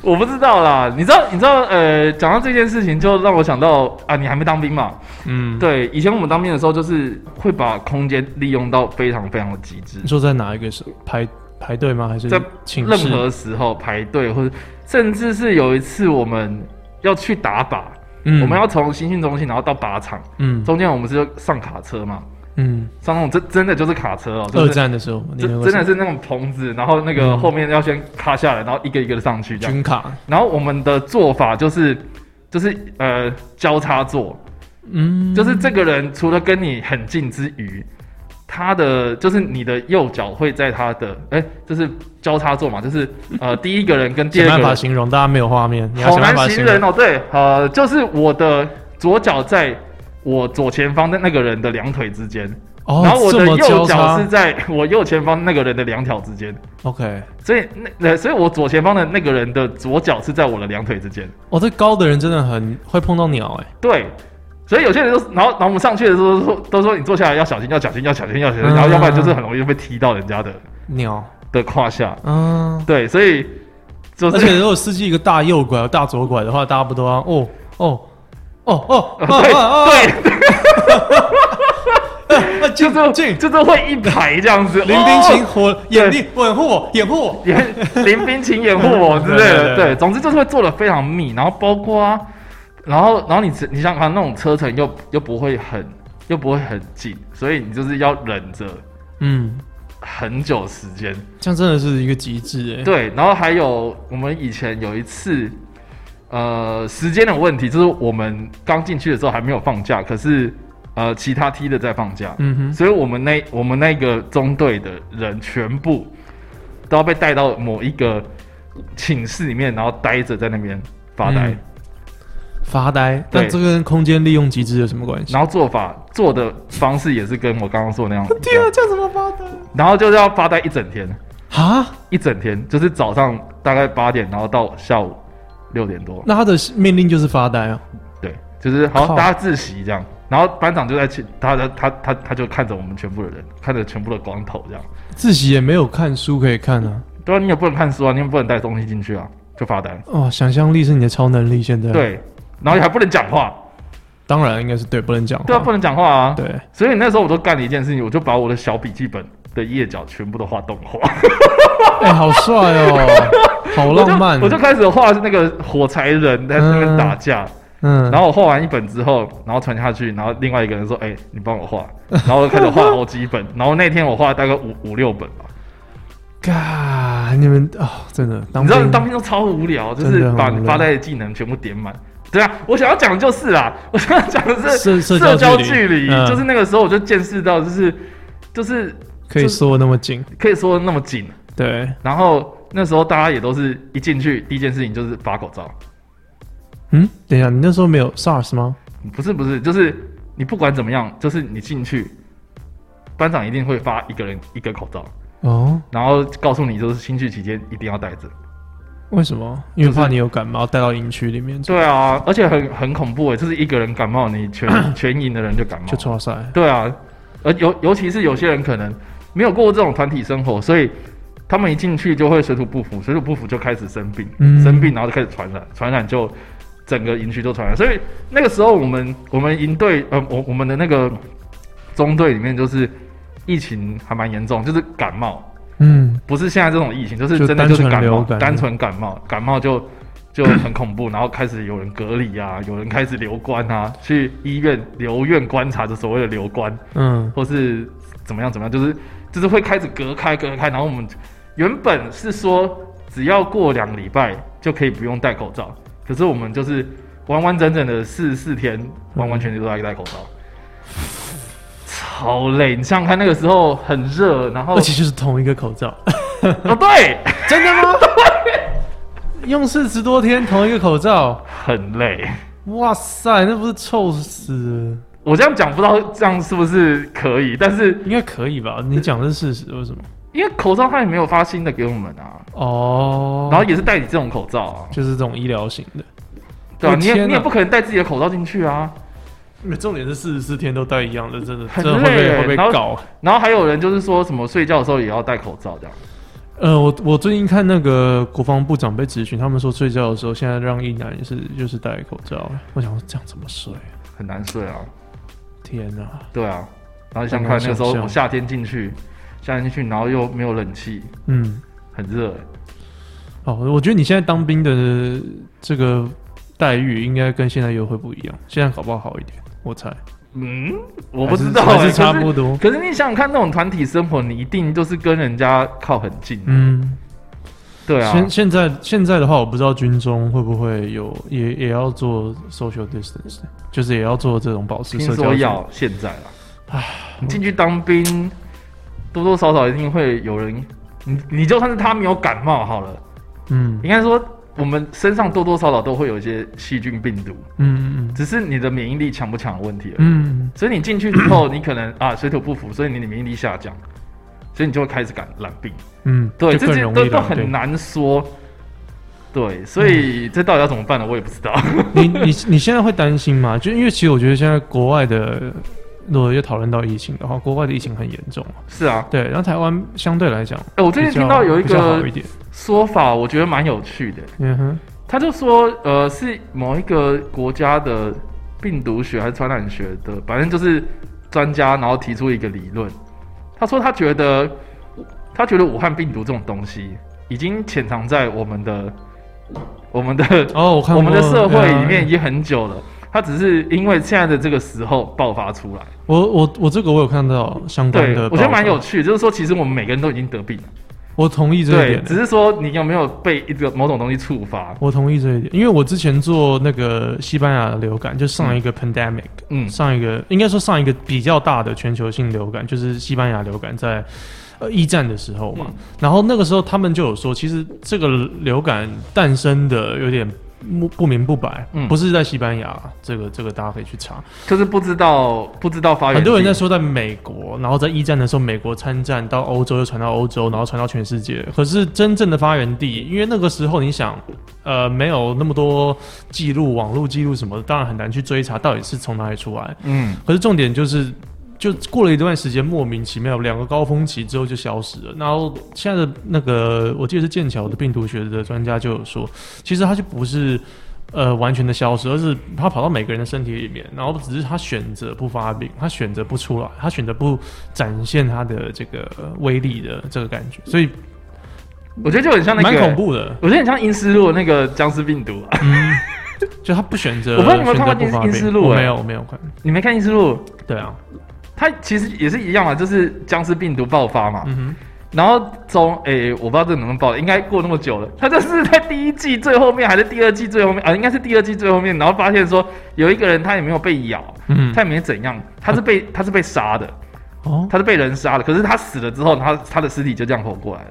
[SPEAKER 4] 我不知道啦。你知道，你知道，呃，讲到这件事情，就让我想到啊，你还没当兵嘛？
[SPEAKER 5] 嗯，
[SPEAKER 4] 对，以前我们当兵的时候，就是会把空间利用到非常非常的极致
[SPEAKER 5] 你。说在哪一个是排排队吗？还是
[SPEAKER 4] 在
[SPEAKER 5] 寝
[SPEAKER 4] 任
[SPEAKER 5] 室？
[SPEAKER 4] 何时候排队，或者甚至是有一次我们要去打靶，
[SPEAKER 5] 嗯
[SPEAKER 4] 我们要从新训中心然后到靶场，
[SPEAKER 5] 嗯
[SPEAKER 4] 中间我们是就上卡车嘛，
[SPEAKER 5] 嗯，
[SPEAKER 4] 上那种真真的就是卡车哦、就
[SPEAKER 5] 二
[SPEAKER 4] 是
[SPEAKER 5] 战的时候，你
[SPEAKER 4] 真
[SPEAKER 5] 有个
[SPEAKER 4] 真的是那种棚子，然后那个后面要先卡下来，然后一个一个的上去这样。
[SPEAKER 5] 军卡，
[SPEAKER 4] 然后我们的做法就是就是呃交叉坐，
[SPEAKER 5] 嗯，
[SPEAKER 4] 就是这个人除了跟你很近之余，他的就是你的右脚会在他的哎、就是交叉坐嘛，就是呃第一个人跟第
[SPEAKER 5] 想
[SPEAKER 4] 二
[SPEAKER 5] 办
[SPEAKER 4] 个
[SPEAKER 5] 法
[SPEAKER 4] 人，
[SPEAKER 5] 形容，大家没有画面，你要
[SPEAKER 4] 好
[SPEAKER 5] 想办
[SPEAKER 4] 难
[SPEAKER 5] 法
[SPEAKER 4] 形
[SPEAKER 5] 形
[SPEAKER 4] 容
[SPEAKER 5] 容。
[SPEAKER 4] 哦。对，呃，就是我的左脚在我左前方的那个人的两腿之间，
[SPEAKER 5] 哦，
[SPEAKER 4] 然后我
[SPEAKER 5] 这
[SPEAKER 4] 的
[SPEAKER 5] 么
[SPEAKER 4] 右
[SPEAKER 5] 交
[SPEAKER 4] 脚是
[SPEAKER 5] 叉
[SPEAKER 4] 在我右前方那个人的两条之间，
[SPEAKER 5] ，OK，
[SPEAKER 4] 所以那呃，所以我左前方的那个人的左脚是在我的两腿之间。
[SPEAKER 5] 哦，这高的人真的很会碰到鸟哎，
[SPEAKER 4] 对，所以有些人都，然后然后我们上去的时候都说都说你坐下来要小心，要小心，要小心，要小心，
[SPEAKER 5] 嗯
[SPEAKER 4] 然后要不然就是很容易被踢到人家的
[SPEAKER 5] 鸟，
[SPEAKER 4] 的胯下。
[SPEAKER 5] 嗯，
[SPEAKER 4] 对，所以就
[SPEAKER 5] 而
[SPEAKER 4] 是
[SPEAKER 5] 且如果哦司机一个大右拐、大左拐的话，大家不都要哦哦哦哦哦
[SPEAKER 4] 对
[SPEAKER 5] 哦
[SPEAKER 4] 对，
[SPEAKER 5] 哦哦，进
[SPEAKER 4] 就是
[SPEAKER 5] 进，
[SPEAKER 4] 就是会一排这样子，
[SPEAKER 5] 林冰
[SPEAKER 4] 哦
[SPEAKER 5] 清，我眼
[SPEAKER 4] 对
[SPEAKER 5] 力掩护我，掩护我，
[SPEAKER 4] 演林冰清掩护我之类
[SPEAKER 5] 对对对
[SPEAKER 4] 的，对，总之就是会做的非常密，然后包括啊，然后然后你你想想看，那种车程又又不会很又不会很近，所以你就是要忍着
[SPEAKER 5] 嗯，
[SPEAKER 4] 很久时间。
[SPEAKER 5] 这样真的是一个极致哎，
[SPEAKER 4] 对，然后还有我们以前有一次，呃，时间的问题，就是我们刚进去的时候还没有放假，可是呃，其他梯的在放假，
[SPEAKER 5] 嗯哼。
[SPEAKER 4] 所以我们那我们那个中队的人全部都要被带到某一个寝室里面，然后待着在那边发呆，
[SPEAKER 5] 嗯发呆，
[SPEAKER 4] 对
[SPEAKER 5] 但这跟空间利用机制有什么关系？
[SPEAKER 4] 然后做法做的方式也是跟我刚刚说的那样一样，
[SPEAKER 5] 叫什么发呆？
[SPEAKER 4] 然后就是要发呆一整天，
[SPEAKER 5] 啊？
[SPEAKER 4] 一整天，就是早上大概八点，然后到下午六点多。
[SPEAKER 5] 那他的命令就是发呆啊？
[SPEAKER 4] 对，就是好
[SPEAKER 5] 靠
[SPEAKER 4] 像大家自习这样，然后班长就在去他的他他他就看着我们全部的人，看着全部的光头这样。
[SPEAKER 5] 自习也没有看书可以看啊！
[SPEAKER 4] 对啊，你也不能看书啊，你也不能带东西进去啊，就罚单。
[SPEAKER 5] 哦，想象力是你的超能力，现在，
[SPEAKER 4] 对，然后你还不能讲话，
[SPEAKER 5] 当然应该是对，不能讲话。
[SPEAKER 4] 对啊，不能讲话啊。
[SPEAKER 5] 对
[SPEAKER 4] 所以那时候我就干了一件事情，我就把我的小笔记本的页角全部都画动画，
[SPEAKER 5] 哎、好帅哦，好浪漫，
[SPEAKER 4] 我就我就开始画那个火柴人在那边打架，
[SPEAKER 5] 嗯，
[SPEAKER 4] 然后我画完一本之后，然后传下去，然后另外一个人说：“哎、你帮我画。”然后我开始画好几本，然后那天我画了大概五五六本吧。
[SPEAKER 5] 嘎，你们啊，真的，当
[SPEAKER 4] 你知道
[SPEAKER 5] 兵
[SPEAKER 4] 当兵都超无聊，就
[SPEAKER 5] 真的
[SPEAKER 4] 是
[SPEAKER 5] 很
[SPEAKER 4] 把
[SPEAKER 5] 无
[SPEAKER 4] 你
[SPEAKER 5] 聊
[SPEAKER 4] 发呆的技能全部点满。对啊，我想要讲的就是啦， 我想要讲的
[SPEAKER 5] 社
[SPEAKER 4] 是
[SPEAKER 5] 社
[SPEAKER 4] 社
[SPEAKER 5] 交
[SPEAKER 4] 交
[SPEAKER 5] 距
[SPEAKER 4] 距
[SPEAKER 5] 离
[SPEAKER 4] 离，
[SPEAKER 5] 嗯
[SPEAKER 4] 就是那个时候我就见识到，就是就是
[SPEAKER 5] 可以缩得那么紧，
[SPEAKER 4] 可以说那么紧，
[SPEAKER 5] 对，
[SPEAKER 4] 然后那时候大家也都是一进去第一件事情就是发口罩，
[SPEAKER 5] 嗯，等一下，你那时候没有 SARS 吗？
[SPEAKER 4] 不是不是，就是你不管怎么样，就是你进去，班长一定会发一个人一个口罩，
[SPEAKER 5] 哦，
[SPEAKER 4] 然后告诉你就是新剧期间一定要戴着。
[SPEAKER 5] 为什么？因为
[SPEAKER 4] 就是
[SPEAKER 5] 怕你有感冒带到营区里面，
[SPEAKER 4] 对啊，而且很很恐怖诶，欸就是一个人感冒，你 全全营的人就感
[SPEAKER 5] 就
[SPEAKER 4] 冒。
[SPEAKER 5] 抓塞，
[SPEAKER 4] 对啊，而尤尤其是有些人可能没有过这种团体生活，所以他们一进去就会水土不服，水土不服就开始生病，
[SPEAKER 5] 嗯
[SPEAKER 4] 生病然后就开始传染，传染就整个营区都传染。所以那个时候我们我们营队呃我我们的那个中队里面就是疫情还蛮严重，就是感冒，
[SPEAKER 5] 嗯，
[SPEAKER 4] 不是现在这种疫情，就是
[SPEAKER 5] 就
[SPEAKER 4] 真的就是
[SPEAKER 5] 单纯
[SPEAKER 4] 感
[SPEAKER 5] 流
[SPEAKER 4] 冒，
[SPEAKER 5] 感
[SPEAKER 4] 单纯感冒，感冒就就很恐怖，然后开始有人隔离啊，有人开始留观啊，去医院留院观察，就所谓的留观，
[SPEAKER 5] 嗯，
[SPEAKER 4] 或是怎么样怎么样，就是就是会开始隔开隔开，然后我们原本是说只要过两个礼拜就可以不用戴口罩，可是我们就是完完整整的四十四天，完完全全都在戴口罩。超累，你想想看，那个时候很热，然后
[SPEAKER 5] 而且就是同一个口罩，
[SPEAKER 4] 哦对，
[SPEAKER 5] 真的吗？ 用四十多天同一个口罩，
[SPEAKER 4] 很累。
[SPEAKER 5] 哇塞，那不是臭死了？
[SPEAKER 4] 我这样讲不知道这样是不是可以，但是
[SPEAKER 5] 应该可以吧？你讲的是事实，为什么？
[SPEAKER 4] 因为口罩他也没有发新的给我们啊，
[SPEAKER 5] 哦，
[SPEAKER 4] 然后也是戴你这种口罩啊，
[SPEAKER 5] 就是这种医疗型的。
[SPEAKER 4] 对
[SPEAKER 5] 我
[SPEAKER 4] 啊，你也
[SPEAKER 5] 天
[SPEAKER 4] 你
[SPEAKER 5] 哪
[SPEAKER 4] 也不可能戴自己的口罩进去啊。
[SPEAKER 5] 那重点是四十四天都戴一样的，真的，真
[SPEAKER 4] 很
[SPEAKER 5] 的会
[SPEAKER 4] 累
[SPEAKER 5] 被
[SPEAKER 4] 耶
[SPEAKER 5] 会被
[SPEAKER 4] 然后
[SPEAKER 5] 搞。
[SPEAKER 4] 然后还有人就是说什么睡觉的时候也要戴口罩这样，
[SPEAKER 5] 呃，我我最近看那个国防部长被质询，他们说睡觉的时候现在让一男也是就是戴口罩。我想说这样怎么睡啊？
[SPEAKER 4] 很难睡啊。
[SPEAKER 5] 天哪、
[SPEAKER 4] 对啊，然后你想看那个时候
[SPEAKER 5] 很难想象
[SPEAKER 4] 我夏天进去，夏天进去然后又没有冷气，
[SPEAKER 5] 嗯，
[SPEAKER 4] 很热、欸。
[SPEAKER 5] 哦，我觉得你现在当兵的这个待遇应该跟现在又会不一样，现在搞不好好一点，我猜。
[SPEAKER 4] 嗯，我不知道、
[SPEAKER 5] 还
[SPEAKER 4] 欸，
[SPEAKER 5] 是还是差
[SPEAKER 4] 可
[SPEAKER 5] 不多。
[SPEAKER 4] 可是你想想看，那种团体生活，你一定就是跟人家靠很近。
[SPEAKER 5] 嗯，
[SPEAKER 4] 对啊，
[SPEAKER 5] 现现在现在的话，我不知道军中会不会有也也要做 social distance，就是也要做这种保持
[SPEAKER 4] 听
[SPEAKER 5] 社
[SPEAKER 4] 说
[SPEAKER 5] 交距离。
[SPEAKER 4] 要现在啦，你进去当兵，多多少少一定会有人，你你就算是他没有感冒好了，
[SPEAKER 5] 嗯
[SPEAKER 4] 应该说我们身上多多少少都会有一些细菌病毒，
[SPEAKER 5] 嗯嗯
[SPEAKER 4] 只是你的免疫力强不强的问题而已。
[SPEAKER 5] 嗯
[SPEAKER 4] 所以你进去之后，你可能啊水土不服，所以你的免疫力下降，所以你就会开始感染病。
[SPEAKER 5] 嗯，
[SPEAKER 4] 对，
[SPEAKER 5] 就
[SPEAKER 4] 这
[SPEAKER 5] 更
[SPEAKER 4] 些
[SPEAKER 5] 容
[SPEAKER 4] 都
[SPEAKER 5] 易
[SPEAKER 4] 都
[SPEAKER 5] 了。对
[SPEAKER 4] 很难说。对，所以这到底要怎么办呢？我也不知道。
[SPEAKER 5] 你你你现在会担心吗？就因为其实我觉得现在国外的，如果要讨论到疫情的话，国外的疫情很严重嘛
[SPEAKER 4] 是啊，
[SPEAKER 5] 对，然后台湾相对来讲，
[SPEAKER 4] 哎、我最近
[SPEAKER 5] 比较
[SPEAKER 4] 听到有一
[SPEAKER 5] 比较好
[SPEAKER 4] 个
[SPEAKER 5] 一点，
[SPEAKER 4] 说法，我觉得蛮有趣的。
[SPEAKER 5] 嗯哼，
[SPEAKER 4] 他就说，呃，是某一个国家的病毒学还是传染学的，反正就是专家，然后提出一个理论。他说他觉得，他觉得武汉病毒这种东西已经潜藏在我们的、 我们的、
[SPEAKER 5] 哦，我看
[SPEAKER 4] 我们的
[SPEAKER 5] 过
[SPEAKER 4] 社会
[SPEAKER 5] 对啊
[SPEAKER 4] 里面已经很久了。他只是因为现在的这个时候爆发出来，
[SPEAKER 5] 我我我这个我有看到相关
[SPEAKER 4] 对
[SPEAKER 5] 的，
[SPEAKER 4] 我觉得蛮
[SPEAKER 5] 报道
[SPEAKER 4] 有，趣。就是说，其实我们每个人都已经得病了，
[SPEAKER 5] 我同意这一
[SPEAKER 4] 对，
[SPEAKER 5] 点
[SPEAKER 4] 只，是说你有没有被一个某种东西触发？
[SPEAKER 5] 我同意这一点，因为我之前做那个西班牙的流感，就上一个 pandemic，、
[SPEAKER 4] 嗯
[SPEAKER 5] 上一个应该说上一个比较大的全球性流感，就是西班牙流感在呃一战的时候嘛，
[SPEAKER 4] 嗯
[SPEAKER 5] 然后那个时候他们就有说，其实这个流感诞生的有点。不不明不白，
[SPEAKER 4] 嗯
[SPEAKER 5] 不是在西班牙，这个这个大家可以去查。
[SPEAKER 4] 就是不知道不知道发源
[SPEAKER 5] 很多人
[SPEAKER 4] 地
[SPEAKER 5] 在说在美国，然后在一战的时候，美国参战到欧洲，又传到欧洲，然后传到全世界。可是真正的发源地，因为那个时候你想，呃，没有那么多记录、网络记录什么的，当然很难去追查到底是从哪里出来。
[SPEAKER 4] 嗯，
[SPEAKER 5] 可是重点就是，就过了一段时间，莫名其妙两个高峰期之后就消失了。然后现在的那个，我记得是剑桥的病毒学的专家就有说，其实它就不是呃完全的消失，而是它跑到每个人的身体里面，然后只是它选择不发病，它选择不出来，它选择不展现它的这个呃威力的这个感觉，所以。
[SPEAKER 4] 我觉得就很像那个、
[SPEAKER 5] 蛮恐，怖的。
[SPEAKER 4] 我觉得很像阴尸路那个僵尸病毒啊。
[SPEAKER 5] 就他不选择，
[SPEAKER 4] 我不知道你有没有
[SPEAKER 5] 选择
[SPEAKER 4] 看过
[SPEAKER 5] 不发
[SPEAKER 4] 阴
[SPEAKER 5] 病
[SPEAKER 4] 尸路
[SPEAKER 5] 我
[SPEAKER 4] 欸
[SPEAKER 5] 没有，我没有看。
[SPEAKER 4] 你没看阴尸路？
[SPEAKER 5] 对啊，
[SPEAKER 4] 它其实也是一样嘛，就是僵尸病毒爆发嘛。
[SPEAKER 5] 嗯
[SPEAKER 4] 然后从诶、我不知道这能不能爆，应该过那么久了。他就是在第一季最后面，还是第二季最后面啊？应该是第二季最后面，然后发现说有一个人他也没有被咬，
[SPEAKER 5] 哼，嗯，
[SPEAKER 4] 他也没怎样，他是被他是被杀的，
[SPEAKER 5] 哦，
[SPEAKER 4] 他是被人杀的。可是他死了之后，他他的尸体就这样活过来了。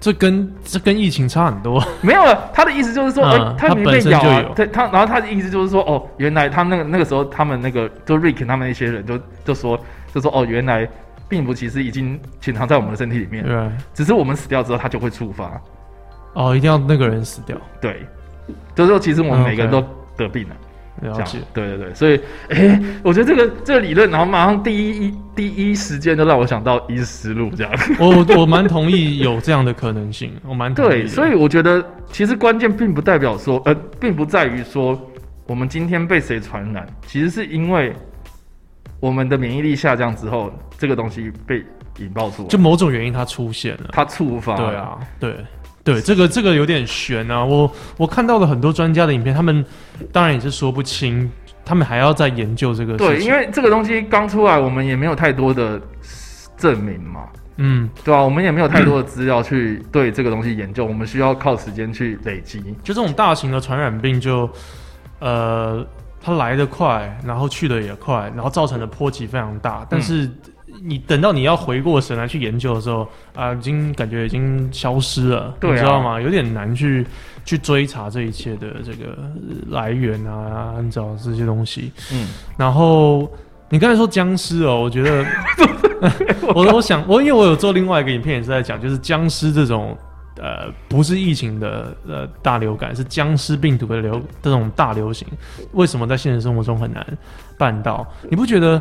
[SPEAKER 5] 这跟这跟疫情差很 多。
[SPEAKER 4] 没有了，他的意思就是说，
[SPEAKER 5] 嗯
[SPEAKER 4] 哎、他
[SPEAKER 5] 他
[SPEAKER 4] 没被
[SPEAKER 5] 本身
[SPEAKER 4] 咬、
[SPEAKER 5] 就
[SPEAKER 4] 啊
[SPEAKER 5] 有，
[SPEAKER 4] 对他，然后他的意思就是说，哦，原来他们那个那个时候，他们那个就 Rick 他们那些人就就说就说哦，原来病毒其实已经潜藏在我们的身体里面，
[SPEAKER 5] 对，
[SPEAKER 4] 只是我们死掉之后它就会触发，
[SPEAKER 5] 哦，一定要那个人死掉，
[SPEAKER 4] 对，就是说其实我们
[SPEAKER 5] 嗯
[SPEAKER 4] 每个人
[SPEAKER 5] ，OK
[SPEAKER 4] 都得病了。
[SPEAKER 5] 了
[SPEAKER 4] 这样
[SPEAKER 5] 解。
[SPEAKER 4] 对对对，所以，哎、我觉得这个这个理论，然后马上第一一第一时间就让我想到《医师路》这样。
[SPEAKER 5] 我我我蛮同意有这样的可能性，我蛮同意
[SPEAKER 4] 对，
[SPEAKER 5] 的
[SPEAKER 4] 所以我觉得其实关键并不代表说，呃，并不在于说我们今天被谁传染，其实是因为我们的免疫力下降之后，这个东西被引爆出来，
[SPEAKER 5] 就某种原因它出现了。
[SPEAKER 4] 它触发。
[SPEAKER 5] 对，啊，对对，这个这个有点悬啊。我我看到了很多专家的影片，他们当然也是说不清，他们还要再研究这个事
[SPEAKER 4] 对，
[SPEAKER 5] 情。
[SPEAKER 4] 因为这个东西刚出来，我们也没有太多的证明嘛，
[SPEAKER 5] 嗯，
[SPEAKER 4] 对啊吧、我们也没有太多的资料去对这个东西研究，我们需要靠时间去累积。
[SPEAKER 5] 就这种大型的传染病就，呃，它来得快，然后去得也快，然后造成的波及非常
[SPEAKER 4] 嗯
[SPEAKER 5] 大。但是你等到你要回过神来去研究的时候，啊、已经感觉已经消失了，
[SPEAKER 4] 对啊
[SPEAKER 5] 你知道吗？有点难去去追查这一切的这个呃来源啊，你知道这些东西。
[SPEAKER 4] 嗯，
[SPEAKER 5] 然后你刚才说僵尸哦，我觉得我我想我因为我有做另外一个影片也是在讲，就是僵尸这种呃不是疫情的呃大流感，是僵尸病毒的流这种大流行，为什么在现实生活中很难办到？你不觉得？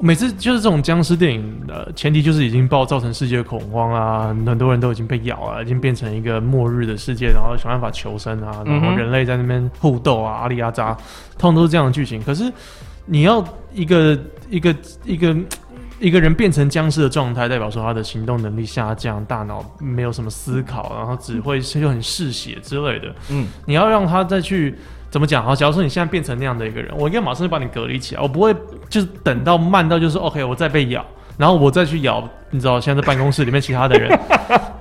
[SPEAKER 5] 每次就是这种僵尸电影，呃，前提就是已经爆造成世界恐慌啊，很多人都已经被咬啊，已经变成一个末日的世界，然后想办法求生啊，然
[SPEAKER 4] 嗯
[SPEAKER 5] 后
[SPEAKER 4] 哼
[SPEAKER 5] 人类在那边互斗啊，阿里阿扎，通常都是这样的剧情。可是你要一个一个一个一个人变成僵尸的状态，代表说他的行动能力下降，大脑没有什么思考，然后只会就很嗜血之类的。
[SPEAKER 4] 嗯，
[SPEAKER 5] 你要让他再去怎么讲？好，假如说你现在变成那样的一个人，我应该马上就把你隔离起来，我不会就是等到慢到就是 OK，我再被咬，然后我再去咬，你知道现在在办公室里面其他的人，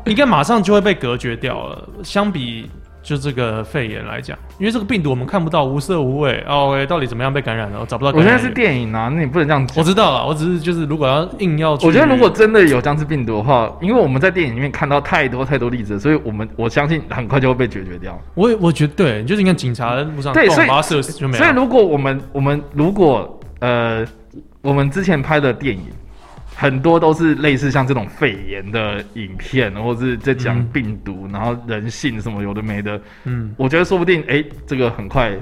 [SPEAKER 5] 应该马上就会被隔绝掉了。相比就这个肺炎来讲，因为这个病毒我们看不到，无色无味，哦，喂到底怎么样被感染了？我找不到
[SPEAKER 4] 我
[SPEAKER 5] 感
[SPEAKER 4] 觉
[SPEAKER 5] 染
[SPEAKER 4] 得
[SPEAKER 5] 源。
[SPEAKER 4] 是电影啊，那你不能这样讲
[SPEAKER 5] 我。知道了，我只是就是如果要硬要去，
[SPEAKER 4] 我觉得如果真的有僵尸病毒的话，因为我们在电影里面看到太多太多例子了，所以我们我相信很快就会被解决掉。
[SPEAKER 5] 我也我觉得对，就是你看警察在路上
[SPEAKER 4] 对
[SPEAKER 5] 动
[SPEAKER 4] 所以
[SPEAKER 5] 把他射死就没
[SPEAKER 4] 所以
[SPEAKER 5] 了。
[SPEAKER 4] 如果我们我们如果呃我们之前拍的电影。很多都是类似像这种肺炎的影片，或是在讲
[SPEAKER 5] 嗯
[SPEAKER 4] 病毒，然后人性什么有的没的。
[SPEAKER 5] 嗯，
[SPEAKER 4] 我觉得说不定，哎、这个很快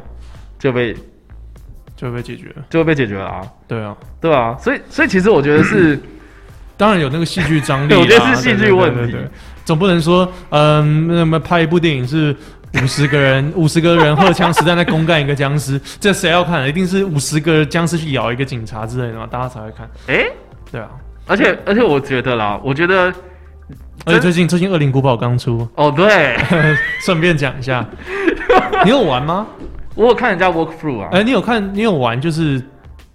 [SPEAKER 4] 就被
[SPEAKER 5] 就会被解决了。
[SPEAKER 4] 就会被解决了啊，
[SPEAKER 5] 对啊，
[SPEAKER 4] 对吧、啊？所以，所以其实我觉得 是，
[SPEAKER 5] 当然有那个戏剧张力
[SPEAKER 4] 对
[SPEAKER 5] 啦，
[SPEAKER 4] 我觉得是戏剧
[SPEAKER 5] 对对
[SPEAKER 4] 问题
[SPEAKER 5] 对对对总不能说嗯，那么拍一部电影是。五十个人， 五十个人荷枪实弹在公干一个僵尸，这谁要看？一定是五十个僵尸去咬一个警察之类的嘛，大家才会看。
[SPEAKER 4] 哎、
[SPEAKER 5] 对啊，
[SPEAKER 4] 而且而且我觉得啦，我觉得
[SPEAKER 5] 而且最近最近《恶灵古堡》刚出，
[SPEAKER 4] 哦，对
[SPEAKER 5] 顺便讲一下，你有玩吗？
[SPEAKER 4] 我有看人家 walk through 啊，
[SPEAKER 5] 哎、你有看？你有玩就是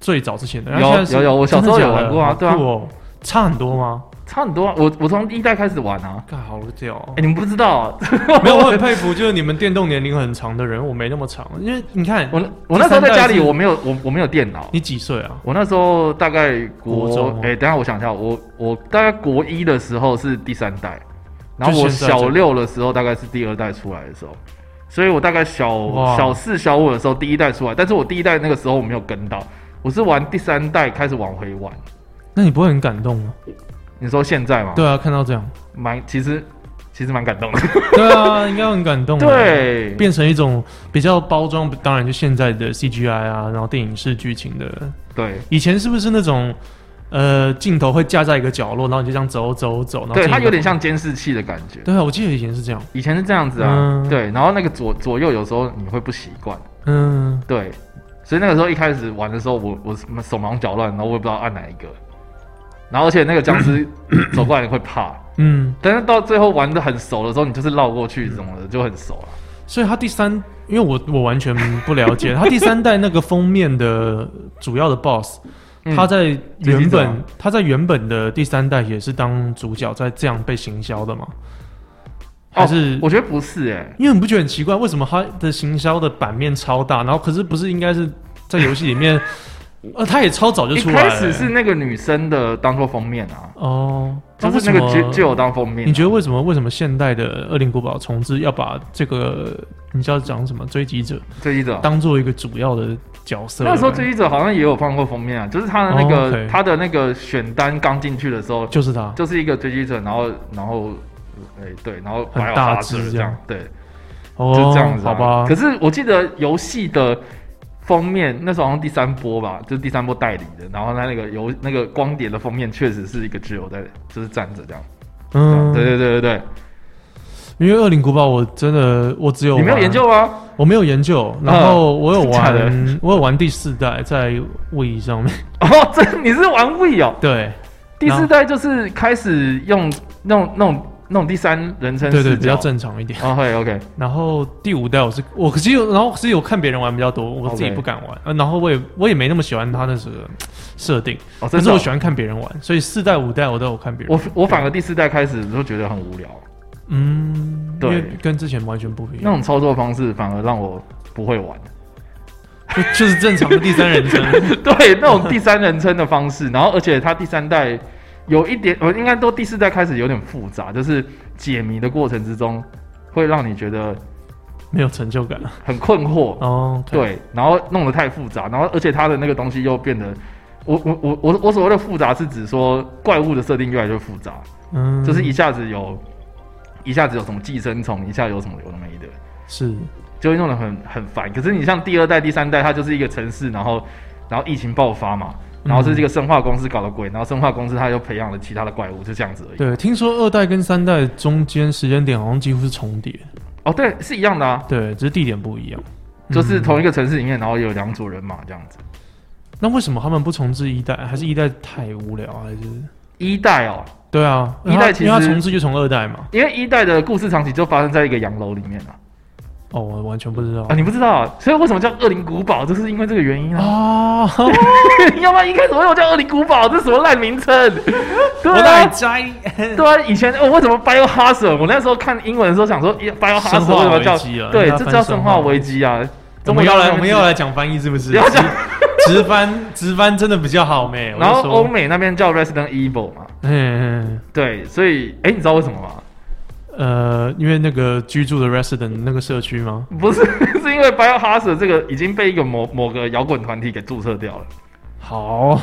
[SPEAKER 5] 最早之前的？
[SPEAKER 4] 有
[SPEAKER 5] 然后现在是
[SPEAKER 4] 有有我小时候
[SPEAKER 5] 真的假的
[SPEAKER 4] 有玩过啊
[SPEAKER 5] 好
[SPEAKER 4] 对啊
[SPEAKER 5] 酷哦差很多吗？
[SPEAKER 4] 差很多、啊。我我从一代开始玩啊，
[SPEAKER 5] 干好屌、哦
[SPEAKER 4] 哎、！你们不知 道、
[SPEAKER 5] 没有，我很佩服，就是你们电动年龄很长的人，我没那么长。因为你看，
[SPEAKER 4] 我那我那时候在家里，
[SPEAKER 5] 第三代是
[SPEAKER 4] 我没有我我没有电脑，
[SPEAKER 5] 你几岁啊？
[SPEAKER 4] 我那时候大概
[SPEAKER 5] 国
[SPEAKER 4] 国
[SPEAKER 5] 中啊吗
[SPEAKER 4] 哎、等一下我想一下，我我大概国一的时候是第三代，然
[SPEAKER 5] 就
[SPEAKER 4] 后我
[SPEAKER 5] 现在这
[SPEAKER 4] 小
[SPEAKER 5] 个
[SPEAKER 4] 六的时候大概是第二代出来的时候。所以我大概小
[SPEAKER 5] 哇
[SPEAKER 4] 小四、小五的时候，第一代出来，但是我第一代那个时候我没有跟到，我是玩第三代开始往回玩。
[SPEAKER 5] 那你不会很感动吗？
[SPEAKER 4] 你说现在嘛，
[SPEAKER 5] 对啊，看到这样，
[SPEAKER 4] 蛮其实其实蛮感 动的。
[SPEAKER 5] 对啊，应该很感 动。，
[SPEAKER 4] 对，
[SPEAKER 5] 变成一种比较包装，当然就现在的 CGI 啊，然后电影式剧情的。
[SPEAKER 4] 对，
[SPEAKER 5] 以前是不是那种呃镜头会架在一个角落，然后你就这样走走走，然后
[SPEAKER 4] 对，
[SPEAKER 5] 进一
[SPEAKER 4] 它
[SPEAKER 5] 个
[SPEAKER 4] 有点像监视器的感觉。
[SPEAKER 5] 对啊，我记得以前是这样。
[SPEAKER 4] 以前是这样子啊，
[SPEAKER 5] 嗯
[SPEAKER 4] 对，然后那个左左右有时候你会不习惯，
[SPEAKER 5] 嗯，
[SPEAKER 4] 对，所以那个时候一开始玩的时候，我我什么手忙脚乱，然后我也不知道按哪一个，然后而且那个僵尸 走过来你会怕，
[SPEAKER 5] 嗯，
[SPEAKER 4] 但是到最后玩的很熟的时候，你就是绕过去什么的就很熟啊了。
[SPEAKER 5] 所以他第三，因为我我完全不了解他第三代那个封面的主要的 BOSS，、
[SPEAKER 4] 嗯
[SPEAKER 5] 他在
[SPEAKER 4] 狙击
[SPEAKER 5] 原
[SPEAKER 4] 手
[SPEAKER 5] 本他在原本的第三代也是当主角，在这样被行销的嘛？还是、
[SPEAKER 4] 哦我觉得不是哎、
[SPEAKER 5] 因为你不觉得很奇怪，为什么他的行销的版面超大，然后可是不是应该是在游戏里面，呃，他也超早就
[SPEAKER 4] 一
[SPEAKER 5] 出来
[SPEAKER 4] 开
[SPEAKER 5] 了、
[SPEAKER 4] 始是那个女生的当做封面啊，
[SPEAKER 5] 哦，
[SPEAKER 4] 就
[SPEAKER 5] 为
[SPEAKER 4] 是
[SPEAKER 5] 什
[SPEAKER 4] 那个
[SPEAKER 5] 么
[SPEAKER 4] 就就有当封面啊、
[SPEAKER 5] 你觉得为什么为什么现代的《恶灵古堡》重置要把这个你知道讲什么追击者
[SPEAKER 4] 追击者
[SPEAKER 5] 当做一个主要的角色？
[SPEAKER 4] 那时候追击者好像也有放过封面啊，就是他的那
[SPEAKER 5] 哦
[SPEAKER 4] 个、
[SPEAKER 5] ，OK
[SPEAKER 4] 他的那个选单刚进去的时候，
[SPEAKER 5] 就是他，
[SPEAKER 4] 就是一个追击者，然后然后哎、对，然后
[SPEAKER 5] 很
[SPEAKER 4] 白
[SPEAKER 5] 大
[SPEAKER 4] 发
[SPEAKER 5] 只
[SPEAKER 4] 者
[SPEAKER 5] 这
[SPEAKER 4] 这样
[SPEAKER 5] 样，
[SPEAKER 4] 对，
[SPEAKER 5] 哦，
[SPEAKER 4] 就这样子啊、
[SPEAKER 5] 好吧
[SPEAKER 4] 可。是我记得游戏的封面那时候好像第三波吧，就是第三波代理的，然后他那个游那个光碟的封面确实是一个只有在就是站着这样，
[SPEAKER 5] 嗯，
[SPEAKER 4] 对对对对对，
[SPEAKER 5] 因为《恶灵古堡》我真的我只有
[SPEAKER 4] 你没有
[SPEAKER 5] 玩
[SPEAKER 4] 研究吗？
[SPEAKER 5] 我没有研究，然后我有
[SPEAKER 4] 真假
[SPEAKER 5] 玩，
[SPEAKER 4] 的
[SPEAKER 5] 我有玩第四代在 w 上面，
[SPEAKER 4] 哦，这你是玩 V 哦，
[SPEAKER 5] 对
[SPEAKER 4] 第
[SPEAKER 5] 然
[SPEAKER 4] 四
[SPEAKER 5] 后
[SPEAKER 4] 代就是开始用那种那种那种第三人称
[SPEAKER 5] 对对，
[SPEAKER 4] 视
[SPEAKER 5] 比较
[SPEAKER 4] 角。
[SPEAKER 5] 正常一点。
[SPEAKER 4] 哦，会 OK，
[SPEAKER 5] 然后第五代我是我其实有，然后是有看别人玩比较多，我自己
[SPEAKER 4] OK
[SPEAKER 5] 不敢玩呃然后我也我也没那么喜欢他的这个设定，
[SPEAKER 4] 哦，
[SPEAKER 5] 可
[SPEAKER 4] 真
[SPEAKER 5] 是
[SPEAKER 4] 的哦、
[SPEAKER 5] 我喜欢看别人玩，所以四代五代我都有看别人
[SPEAKER 4] 我
[SPEAKER 5] 玩。
[SPEAKER 4] 我反而第四代开始就觉得很无聊，
[SPEAKER 5] 嗯，因
[SPEAKER 4] 对
[SPEAKER 5] 为跟之前完全不一
[SPEAKER 4] 那
[SPEAKER 5] 样，
[SPEAKER 4] 种操作方式反而让我不会 玩。
[SPEAKER 5] 就就是 正常的第三人称。
[SPEAKER 4] 对，那种第三人称的方式，然后而且它第三代有一点，呃，应该都第四代开始有点复杂，就是解谜的过程之中会让你觉得
[SPEAKER 5] 没有成就感
[SPEAKER 4] 很困惑，
[SPEAKER 5] 哦。OK，
[SPEAKER 4] 对，然后弄得太复杂，然后而且它的那个东西又变得。我我我我我所谓的复杂是指说怪物的设定越来越复杂，
[SPEAKER 5] 嗯，
[SPEAKER 4] 就是一下子有，一下子有什么寄生虫，一下有什么有那么一的，
[SPEAKER 5] 是
[SPEAKER 4] 就会弄得很很烦。可是你像第二代、第三代，它就是一个城市，然后然后疫情爆发嘛，
[SPEAKER 5] 嗯
[SPEAKER 4] 然后是这个生化公司搞的鬼，然后生化公司它又培养了其他的怪物，就这样子而已。
[SPEAKER 5] 对。听说二代跟三代中间时间点好像几乎是重叠，
[SPEAKER 4] 哦，对，是一样的啊，
[SPEAKER 5] 对，只是地点不一样。
[SPEAKER 4] 就是
[SPEAKER 5] 嗯
[SPEAKER 4] 同一个城市里面，然后有两组人马这样子。
[SPEAKER 5] 那为什么他们不重置一代？还是一代太无聊？啊还是
[SPEAKER 4] 一代哦，
[SPEAKER 5] 对啊，
[SPEAKER 4] 一代其实
[SPEAKER 5] 因为它重置就从二代嘛。
[SPEAKER 4] 因为一代的故事场景就发生在一个洋楼里面啊，
[SPEAKER 5] 哦，我完全不知道
[SPEAKER 4] 啊，你不知道啊，所以为什么叫恶灵古堡，就是因为这个原因啊。
[SPEAKER 5] 啊！
[SPEAKER 4] 要不然一开始为什么叫恶灵古堡？这什么烂名称？对
[SPEAKER 5] 我
[SPEAKER 4] 啊
[SPEAKER 5] 来， 摘
[SPEAKER 4] 对啊，以前哦，为什么 Bio Hazard？我那时候看英文的时候想说咦 Bio Hazard
[SPEAKER 5] 生化
[SPEAKER 4] 为什么叫
[SPEAKER 5] 危机啊
[SPEAKER 4] 对，
[SPEAKER 5] 人家
[SPEAKER 4] 这
[SPEAKER 5] 翻
[SPEAKER 4] 叫
[SPEAKER 5] 生
[SPEAKER 4] 生
[SPEAKER 5] 化
[SPEAKER 4] 化危机啊。
[SPEAKER 5] 我
[SPEAKER 4] 中国
[SPEAKER 5] 们要来，
[SPEAKER 4] 叫
[SPEAKER 5] 我们要来讲翻译是不是？
[SPEAKER 4] 要讲
[SPEAKER 5] 直直翻，直翻真的比较好没？
[SPEAKER 4] 然后
[SPEAKER 5] 我就
[SPEAKER 4] 欧
[SPEAKER 5] 说，
[SPEAKER 4] 美那边叫 Resident Evil 嘛，
[SPEAKER 5] 嗯，
[SPEAKER 4] 对，所以哎，你知道为什么吗？
[SPEAKER 5] 呃，因为那个居住的 resident 那个社区吗？
[SPEAKER 4] 不是， 是因为 Bio Hazard 这个已经被一个某某个摇滚团体给注册掉了，
[SPEAKER 5] 好，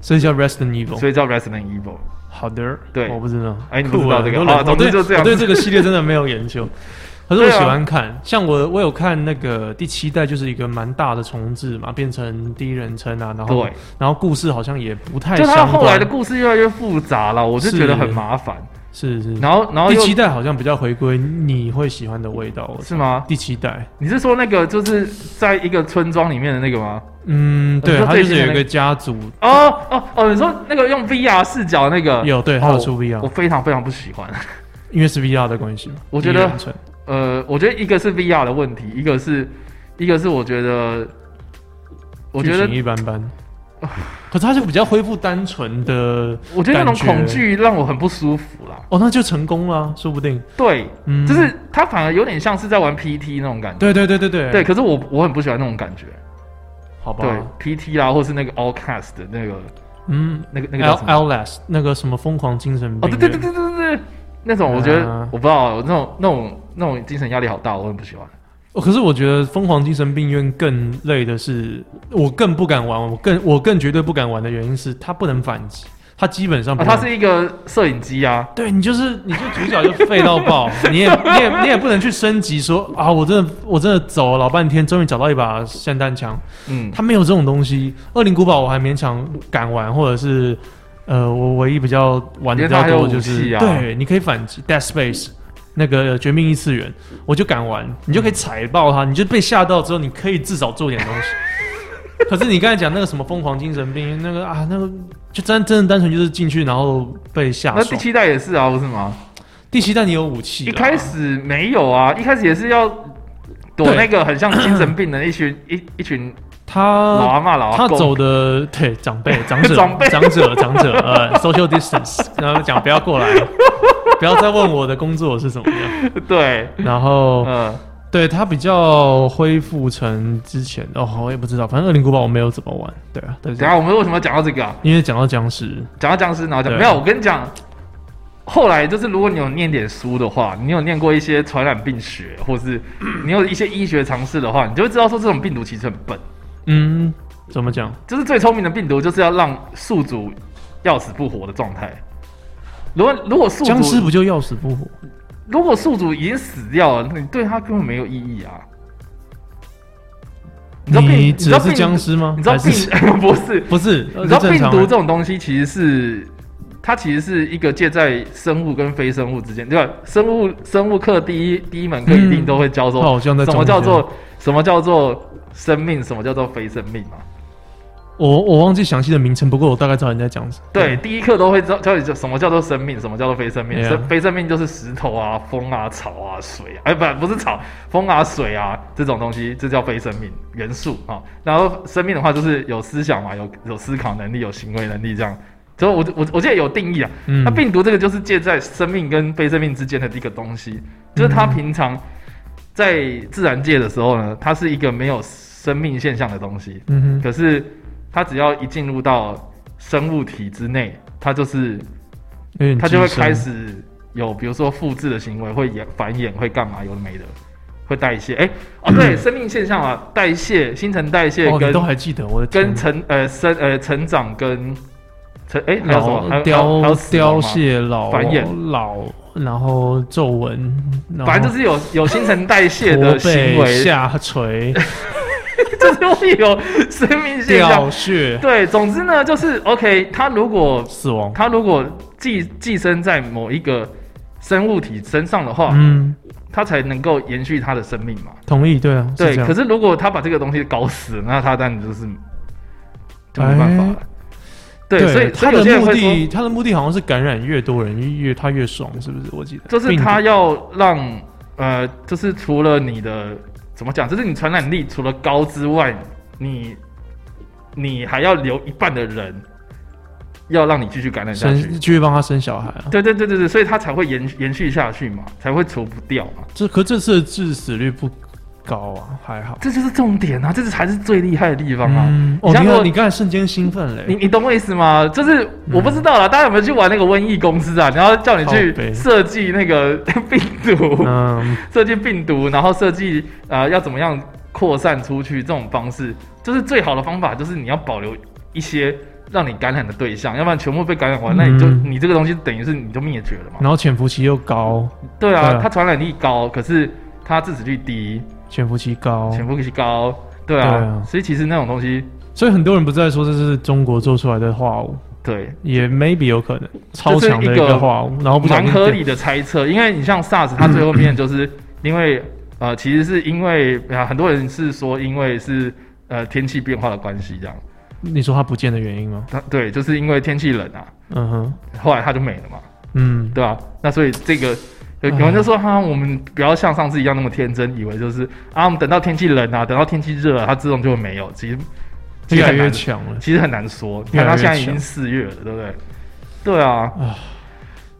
[SPEAKER 5] 所以叫 resident evil。
[SPEAKER 4] 所以叫 Resident Evil。
[SPEAKER 5] 好的，
[SPEAKER 4] 对
[SPEAKER 5] 我不知道，
[SPEAKER 4] 哎你
[SPEAKER 5] 酷
[SPEAKER 4] 不知道
[SPEAKER 5] 啊
[SPEAKER 4] 这个
[SPEAKER 5] 我都
[SPEAKER 4] 啊
[SPEAKER 5] 懒
[SPEAKER 4] 总之就这样
[SPEAKER 5] 我对我对这个系列真的没有 研究。可是我
[SPEAKER 4] 对啊
[SPEAKER 5] 喜欢看，像我我有看那个第七代，就是一个蛮大的重置嘛，变成第一人称啊，然后
[SPEAKER 4] 对，
[SPEAKER 5] 然后故事好像也不太
[SPEAKER 4] 就他
[SPEAKER 5] 相
[SPEAKER 4] 后来
[SPEAKER 5] 关
[SPEAKER 4] 的故事越来越复杂了，我就是觉得很麻烦。
[SPEAKER 5] 是是，
[SPEAKER 4] 然后，然后
[SPEAKER 5] 嗯
[SPEAKER 4] 又
[SPEAKER 5] 第七代好像比较回归你会喜欢的味道。
[SPEAKER 4] 是吗？
[SPEAKER 5] 第七代，
[SPEAKER 4] 你是说那个就是在一个村庄里面的那个吗？
[SPEAKER 5] 嗯，对，
[SPEAKER 4] 说
[SPEAKER 5] 它
[SPEAKER 4] 最
[SPEAKER 5] 就是
[SPEAKER 4] 新的
[SPEAKER 5] 有一
[SPEAKER 4] 那
[SPEAKER 5] 个
[SPEAKER 4] 个
[SPEAKER 5] 家族，
[SPEAKER 4] 哦哦哦，你说那个用 VR 视角那个？
[SPEAKER 5] 有对，
[SPEAKER 4] 哦
[SPEAKER 5] 它有出
[SPEAKER 4] 我
[SPEAKER 5] VR，
[SPEAKER 4] 非常非常不喜欢。
[SPEAKER 5] 因为是 VR 的关系嘛。
[SPEAKER 4] 我觉得
[SPEAKER 5] 第一人称
[SPEAKER 4] 呃，我觉得一个是 VR 的问题，一个是一个是我觉得，我觉
[SPEAKER 5] 剧
[SPEAKER 4] 得
[SPEAKER 5] 情一般般， 可是它就比较恢复单纯的
[SPEAKER 4] 我觉得那种
[SPEAKER 5] 感觉
[SPEAKER 4] 恐惧让我很不舒服啦。
[SPEAKER 5] 哦，那就成功了啊，说不定。
[SPEAKER 4] 对，
[SPEAKER 5] 嗯，
[SPEAKER 4] 就是它反而有点像是在玩 PT 那种感觉。
[SPEAKER 5] 对对对对对
[SPEAKER 4] 对，，可是我我很不喜欢那种感觉。
[SPEAKER 5] 好吧，
[SPEAKER 4] 对 PT 啦，或是那个 Allcast 的那个
[SPEAKER 5] 嗯
[SPEAKER 4] 那个那个叫
[SPEAKER 5] ，L
[SPEAKER 4] 什么？
[SPEAKER 5] L S 那个什么疯狂精神病
[SPEAKER 4] 哦，
[SPEAKER 5] 院，
[SPEAKER 4] 对对对对对对，那种我觉得、
[SPEAKER 5] 啊
[SPEAKER 4] 我不知道，那种那种那种精神压力好大，我很不喜欢。啊
[SPEAKER 5] 哦可是我觉得疯狂精神病院更累的是，我更不敢玩，我更我更绝对不敢玩的原因是它不能反击，它基本上
[SPEAKER 4] 啊，
[SPEAKER 5] 不
[SPEAKER 4] 它
[SPEAKER 5] 能
[SPEAKER 4] 是一个摄影机啊，
[SPEAKER 5] 对你就是你就主角就废到爆， 你也你也你也不能去升级说啊，我真的我真的走了老半天，终于找到一把霰弹枪，
[SPEAKER 4] 嗯，
[SPEAKER 5] 它没有这种东西。恶灵古堡我还勉强敢玩，或者是呃，我唯一比较玩的比较多就
[SPEAKER 4] 因
[SPEAKER 5] 是
[SPEAKER 4] 为它还有武器啊
[SPEAKER 5] 对，你可以反击 Dead Space。那个呃绝命异次元， 我就敢玩，你就可以踩爆它，你就被吓到之后，你可以至少做点东西。可是你刚才讲那个什么疯狂精神病，那个啊，那个就真真的单纯就是进去然后被吓
[SPEAKER 4] 那
[SPEAKER 5] 爽。
[SPEAKER 4] 第七代也是啊，不是吗？
[SPEAKER 5] 第七代你有武器啊啦，
[SPEAKER 4] 一开始没有啊，一开始也是要躲
[SPEAKER 5] 对
[SPEAKER 4] 那个很像精神病的一 群一一群老
[SPEAKER 5] 他
[SPEAKER 4] 阿妈老阿
[SPEAKER 5] 他
[SPEAKER 4] 公。
[SPEAKER 5] 走的对长辈长 者
[SPEAKER 4] 长辈
[SPEAKER 5] 长者长者呃 social distance，然后讲不要 过来，不要再问我的工作是什么样。
[SPEAKER 4] 对，
[SPEAKER 5] 然后
[SPEAKER 4] 嗯，
[SPEAKER 5] 对他比较恢复成之前哦，我也不知道，反正《恶灵古堡》我没有怎么玩，对啊，但
[SPEAKER 4] 等
[SPEAKER 5] 是
[SPEAKER 4] 一下我们为什么要讲到这个啊？
[SPEAKER 5] 因为讲到僵尸，
[SPEAKER 4] 讲到僵尸，然后讲
[SPEAKER 5] 对
[SPEAKER 4] 没有？我跟你讲，后来就是如果你有念点书的话，你有念过一些传染病学，或 是你有一些医学常识的话，你就会知道说这种病毒其实很笨，
[SPEAKER 5] 嗯，怎么讲？
[SPEAKER 4] 就是最聪明的病毒就是要让宿主要死不活的状态。如果如果宿
[SPEAKER 5] 僵尸
[SPEAKER 4] 主
[SPEAKER 5] 不就要死不活？
[SPEAKER 4] 如果宿主已经死掉了，那你对他根本没有意义啊。你知道病
[SPEAKER 5] 你
[SPEAKER 4] 你知
[SPEAKER 5] 指
[SPEAKER 4] 道
[SPEAKER 5] 的是
[SPEAKER 4] 病
[SPEAKER 5] 僵尸吗？
[SPEAKER 4] 你知道
[SPEAKER 5] 还
[SPEAKER 4] 病
[SPEAKER 5] 是
[SPEAKER 4] 不是
[SPEAKER 5] 不是？
[SPEAKER 4] 你知道
[SPEAKER 5] 是正
[SPEAKER 4] 病
[SPEAKER 5] 常
[SPEAKER 4] 毒
[SPEAKER 5] 人
[SPEAKER 4] 这种东西其实是它其实是一个介在生物跟非生物之间，对吧？生物生物课第一第一门课一定都会教
[SPEAKER 5] 嗯它
[SPEAKER 4] 说
[SPEAKER 5] 好像在
[SPEAKER 4] 什么
[SPEAKER 5] 中
[SPEAKER 4] 叫
[SPEAKER 5] 间
[SPEAKER 4] 做什么叫做生命，什么叫做非生命嘛？
[SPEAKER 5] 我我忘记详细的名称，不过我大概知道你在讲什么。
[SPEAKER 4] 对，，第一课都会教教你什么叫做生命，什么叫做非生命。
[SPEAKER 5] Yeah
[SPEAKER 4] 生非生命就是石头啊、风啊、草啊、水啊，哎，不不是草，风啊、水啊这种东西，这叫非生命元素啊、然后生命的话就是有思想嘛，有有思考能力，有行为能力这样。所以我我我记得有定义啊，
[SPEAKER 5] 嗯
[SPEAKER 4] 那病毒这个就是介在生命跟非生命之间的一个东西，就是它
[SPEAKER 5] 嗯
[SPEAKER 4] 平常在自然界的时候呢，它是一个没有生命现象的东西，
[SPEAKER 5] 嗯哼，
[SPEAKER 4] 可是它只要一进入到生物体之内，它就是
[SPEAKER 5] 有点
[SPEAKER 4] 它就会
[SPEAKER 5] 寄生
[SPEAKER 4] 开始有，比如说复制的行为，会演繁衍，会干嘛，有的没的，会代谢。哎、哦，对，生命现象啊，代谢、新陈代谢
[SPEAKER 5] 嗯哦，你
[SPEAKER 4] 跟、
[SPEAKER 5] 都还嗯记得我的天
[SPEAKER 4] 跟成呃生呃成长跟成哎、还有什么？还
[SPEAKER 5] 老
[SPEAKER 4] 有还有还
[SPEAKER 5] 凋
[SPEAKER 4] 有死亡吗。
[SPEAKER 5] 凋谢老
[SPEAKER 4] 繁衍
[SPEAKER 5] 老，然后皱纹，然后
[SPEAKER 4] 反正就是有有新陈代谢
[SPEAKER 5] 驼
[SPEAKER 4] 的行
[SPEAKER 5] 背
[SPEAKER 4] 为，
[SPEAKER 5] 下垂
[SPEAKER 4] 就是会有生命现
[SPEAKER 5] 掉
[SPEAKER 4] 象。
[SPEAKER 5] 血
[SPEAKER 4] 对，总之呢，就是 OK，它如果
[SPEAKER 5] 死亡。
[SPEAKER 4] 它如果寄寄生在某一个生物体身上的话，
[SPEAKER 5] 嗯，
[SPEAKER 4] 它才能够延续它的生命嘛。
[SPEAKER 5] 同意，对啊，
[SPEAKER 4] 对，
[SPEAKER 5] 这样哎
[SPEAKER 4] 可是如果它把这个东西搞死了，那它当然就是就没办法了。对，所以所
[SPEAKER 5] 他
[SPEAKER 4] 以有些
[SPEAKER 5] 的
[SPEAKER 4] 人
[SPEAKER 5] 目
[SPEAKER 4] 会说，
[SPEAKER 5] 的，他的目的好像是感染越多人越越他越爽，是不是？我记得
[SPEAKER 4] 就是
[SPEAKER 5] 病毒
[SPEAKER 4] 它要让呃，就是除了你的怎么讲，就是你传染力除了高之外，你你还要留一半的人要让你继续感染下去
[SPEAKER 5] 生，继续帮他生小孩啊。
[SPEAKER 4] 对对对对对，所以它才会延延续下去嘛，才会除不掉嘛。
[SPEAKER 5] 这可这次的致死率不高啊，还 好。
[SPEAKER 4] 这就是重点啊，这是才是最厉害的地方啊！
[SPEAKER 5] 嗯，哦，
[SPEAKER 4] 你像
[SPEAKER 5] 你
[SPEAKER 4] 我
[SPEAKER 5] 看你刚才瞬间兴奋嘞，
[SPEAKER 4] 你你懂我意思吗？就是
[SPEAKER 5] 嗯
[SPEAKER 4] 我不知道啦，大家有没有去玩那个瘟疫公司啊？然后叫你
[SPEAKER 5] 靠
[SPEAKER 4] 去
[SPEAKER 5] 北
[SPEAKER 4] 设计那个 病毒，
[SPEAKER 5] 哦嗯，
[SPEAKER 4] 设计病毒，然后设计呃要怎么样扩散出去这种方式，就是最好的方法，就是你要保留一些让你感染的对象，要不然全部被感染完，那你就、
[SPEAKER 5] 嗯
[SPEAKER 4] 你这个东西等于是你就灭绝了嘛。
[SPEAKER 5] 然后潜伏期又高，
[SPEAKER 4] 对
[SPEAKER 5] 对
[SPEAKER 4] 啊
[SPEAKER 5] 啊，
[SPEAKER 4] 它传染力高，可是它致死率低，
[SPEAKER 5] 潜伏期高，
[SPEAKER 4] 潜伏期高，对啊，
[SPEAKER 5] 哦对啊
[SPEAKER 4] 所以其实那种东西，
[SPEAKER 5] 所以很多人不是在说这是中国做出来的化物，
[SPEAKER 4] 对，
[SPEAKER 5] 也 maybe 有可能超强
[SPEAKER 4] 这
[SPEAKER 5] 的一
[SPEAKER 4] 是一个
[SPEAKER 5] 个化物，哦然后不小
[SPEAKER 4] 蛮
[SPEAKER 5] 心
[SPEAKER 4] 合理的猜测，因为你像 SARS，它最后面就是因为呃，其实是因为啊、很多人是说因为是呃天气变化的关系这样，
[SPEAKER 5] 你说它不见的原因吗？
[SPEAKER 4] 它对，就是因为天气冷啊，
[SPEAKER 5] 嗯哼，
[SPEAKER 4] 后来它就没了嘛，
[SPEAKER 5] 嗯，
[SPEAKER 4] 对吧、那所以这个。有有人就说哈、我们不要像上次一样那么天真，以为就是啊，我们等到天气冷啊，等到天气热啊，它自动就会没有。其实其实
[SPEAKER 5] 越来
[SPEAKER 4] 很难
[SPEAKER 5] 越强了。
[SPEAKER 4] 其实很难说，你
[SPEAKER 5] 越
[SPEAKER 4] 看它
[SPEAKER 5] 来越
[SPEAKER 4] 现在已经
[SPEAKER 5] 强
[SPEAKER 4] 四月了，对不对？对啊，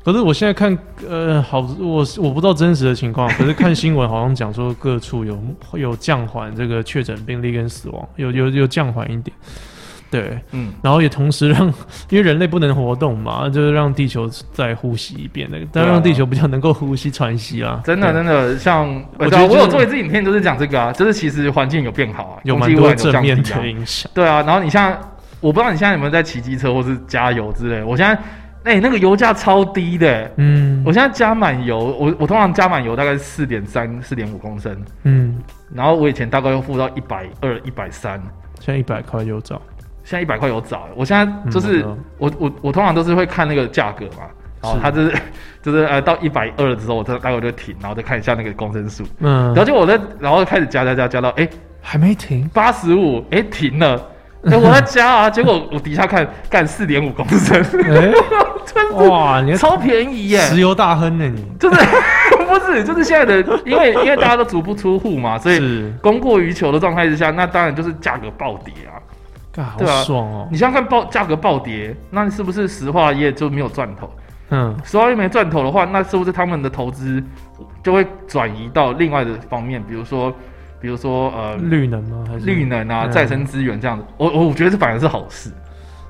[SPEAKER 5] 可是我现在看，呃，好，我我不知道真实的 情况，可是看新闻好像讲说各处有有降缓这个确诊病例跟死亡，有有有降缓一点，对。
[SPEAKER 4] 嗯，
[SPEAKER 5] 然后也同时让， 因为人类不能活动嘛，就是让地球再呼吸一遍那个，但
[SPEAKER 4] 对啊
[SPEAKER 5] 让地球比较能够呼吸喘息啦。
[SPEAKER 4] 真的
[SPEAKER 5] 对
[SPEAKER 4] 真的，像我
[SPEAKER 5] 我
[SPEAKER 4] 知道
[SPEAKER 5] 觉得就
[SPEAKER 4] 我
[SPEAKER 5] 是
[SPEAKER 4] 有做一支影片，就是讲这个啊，就是其实环境有变好啊，
[SPEAKER 5] 有
[SPEAKER 4] 空
[SPEAKER 5] 蛮
[SPEAKER 4] 气污
[SPEAKER 5] 多
[SPEAKER 4] 染有
[SPEAKER 5] 正
[SPEAKER 4] 降低
[SPEAKER 5] 面
[SPEAKER 4] 啊
[SPEAKER 5] 的，影响。
[SPEAKER 4] 对啊。然后你像，我不知道你现在有没有在骑机车或是加油之类，我现在哎、那个油价超低的、
[SPEAKER 5] 嗯
[SPEAKER 4] 我现在加满油，我我通常加满油大概四点三、四点五公升，
[SPEAKER 5] 嗯，
[SPEAKER 4] 然后我以前大概会付到一百二、一百三，
[SPEAKER 5] 现在一百块油照，
[SPEAKER 4] 现在一百块有找，我现在就是、
[SPEAKER 5] 嗯
[SPEAKER 4] 我我我通常都是会看那个价格嘛，然后
[SPEAKER 5] 是
[SPEAKER 4] 它就是 就是呃到一百二的时候，我大概我就停，然后再看一下那个公升数，
[SPEAKER 5] 嗯
[SPEAKER 4] 然后，就我在，然后开始加加加加到，哎、
[SPEAKER 5] 还没停，
[SPEAKER 4] 八十五，哎，停了。 哎、我在加啊，结果我底下看，干四点五公升，
[SPEAKER 5] 哎，哇，你
[SPEAKER 4] 超便宜耶、
[SPEAKER 5] 石油大亨呢你？
[SPEAKER 4] 就是 不是就是现在的，因为因为大家都足不出户嘛，所以
[SPEAKER 5] 是，
[SPEAKER 4] 供过于求的状态之下，那当然就是价格暴跌啊。
[SPEAKER 5] 干好
[SPEAKER 4] 对啊
[SPEAKER 5] 爽哦，
[SPEAKER 4] 你想想看暴价格暴跌，那是不是石化业就没有赚头？
[SPEAKER 5] 嗯，
[SPEAKER 4] 石化业没赚头的话，那是不是他们的投资就会转移到另外的方面，比如说比如说呃
[SPEAKER 5] 嗯绿能吗？还是
[SPEAKER 4] 绿？能啊、
[SPEAKER 5] 嗯
[SPEAKER 4] 再生资源这样子？我我我觉得这反而是好事。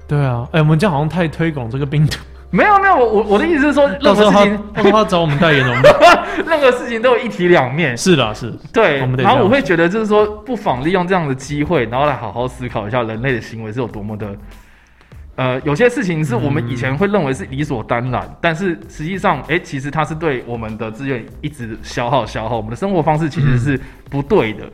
[SPEAKER 5] 对啊，哎，我们这样好像太推广这个病毒，
[SPEAKER 4] 没有没有，我我我的意思是说，任
[SPEAKER 5] 到时
[SPEAKER 4] 何
[SPEAKER 5] 候
[SPEAKER 4] 事情
[SPEAKER 5] 他到时候他找我们代言，我 们
[SPEAKER 4] 任何事情都有一体两面。
[SPEAKER 5] 是啦是，
[SPEAKER 4] 对
[SPEAKER 5] 我们，得
[SPEAKER 4] 然后
[SPEAKER 5] 这样
[SPEAKER 4] 我会觉得就是说，不妨利用这样的机会，然后来好好思考一下人类的行为是有多么的，呃，有些事情是我们以前会认为是理所当然，但是实际上，哎，其实它是对我们的资源一直消耗消耗，我们的生活方式其实是不对的。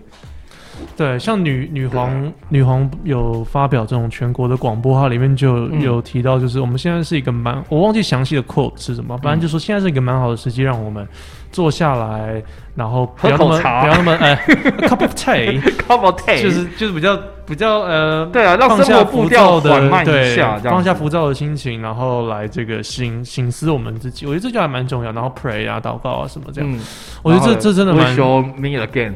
[SPEAKER 5] 对，像女女皇女皇有发表这种全国的广播，它里面就
[SPEAKER 4] 嗯
[SPEAKER 5] 有提到，就是我们现在是一个蛮，我忘记详细的 quote 是什
[SPEAKER 4] 嗯
[SPEAKER 5] 么，反正就说现在是一个蛮好的时机，让我们坐下来，然后不
[SPEAKER 4] 喝
[SPEAKER 5] 要那
[SPEAKER 4] 口
[SPEAKER 5] 么
[SPEAKER 4] 茶
[SPEAKER 5] 不要那么呃 ，a cup of tea，
[SPEAKER 4] Cup of tea，
[SPEAKER 5] 就是就是比较比较呃，
[SPEAKER 4] 对啊，让
[SPEAKER 5] 放
[SPEAKER 4] 生
[SPEAKER 5] 下
[SPEAKER 4] 活步
[SPEAKER 5] 浮
[SPEAKER 4] 调
[SPEAKER 5] 躁
[SPEAKER 4] 缓
[SPEAKER 5] 的
[SPEAKER 4] 慢一
[SPEAKER 5] 对
[SPEAKER 4] 下，这样，
[SPEAKER 5] 放下浮躁的心情，然后来这个醒醒思我们自己，我觉得这就还蛮重要，然后 pray 啊、祷告啊什么这样，
[SPEAKER 4] 嗯，
[SPEAKER 5] 我觉得这这真的蛮
[SPEAKER 4] w show me again，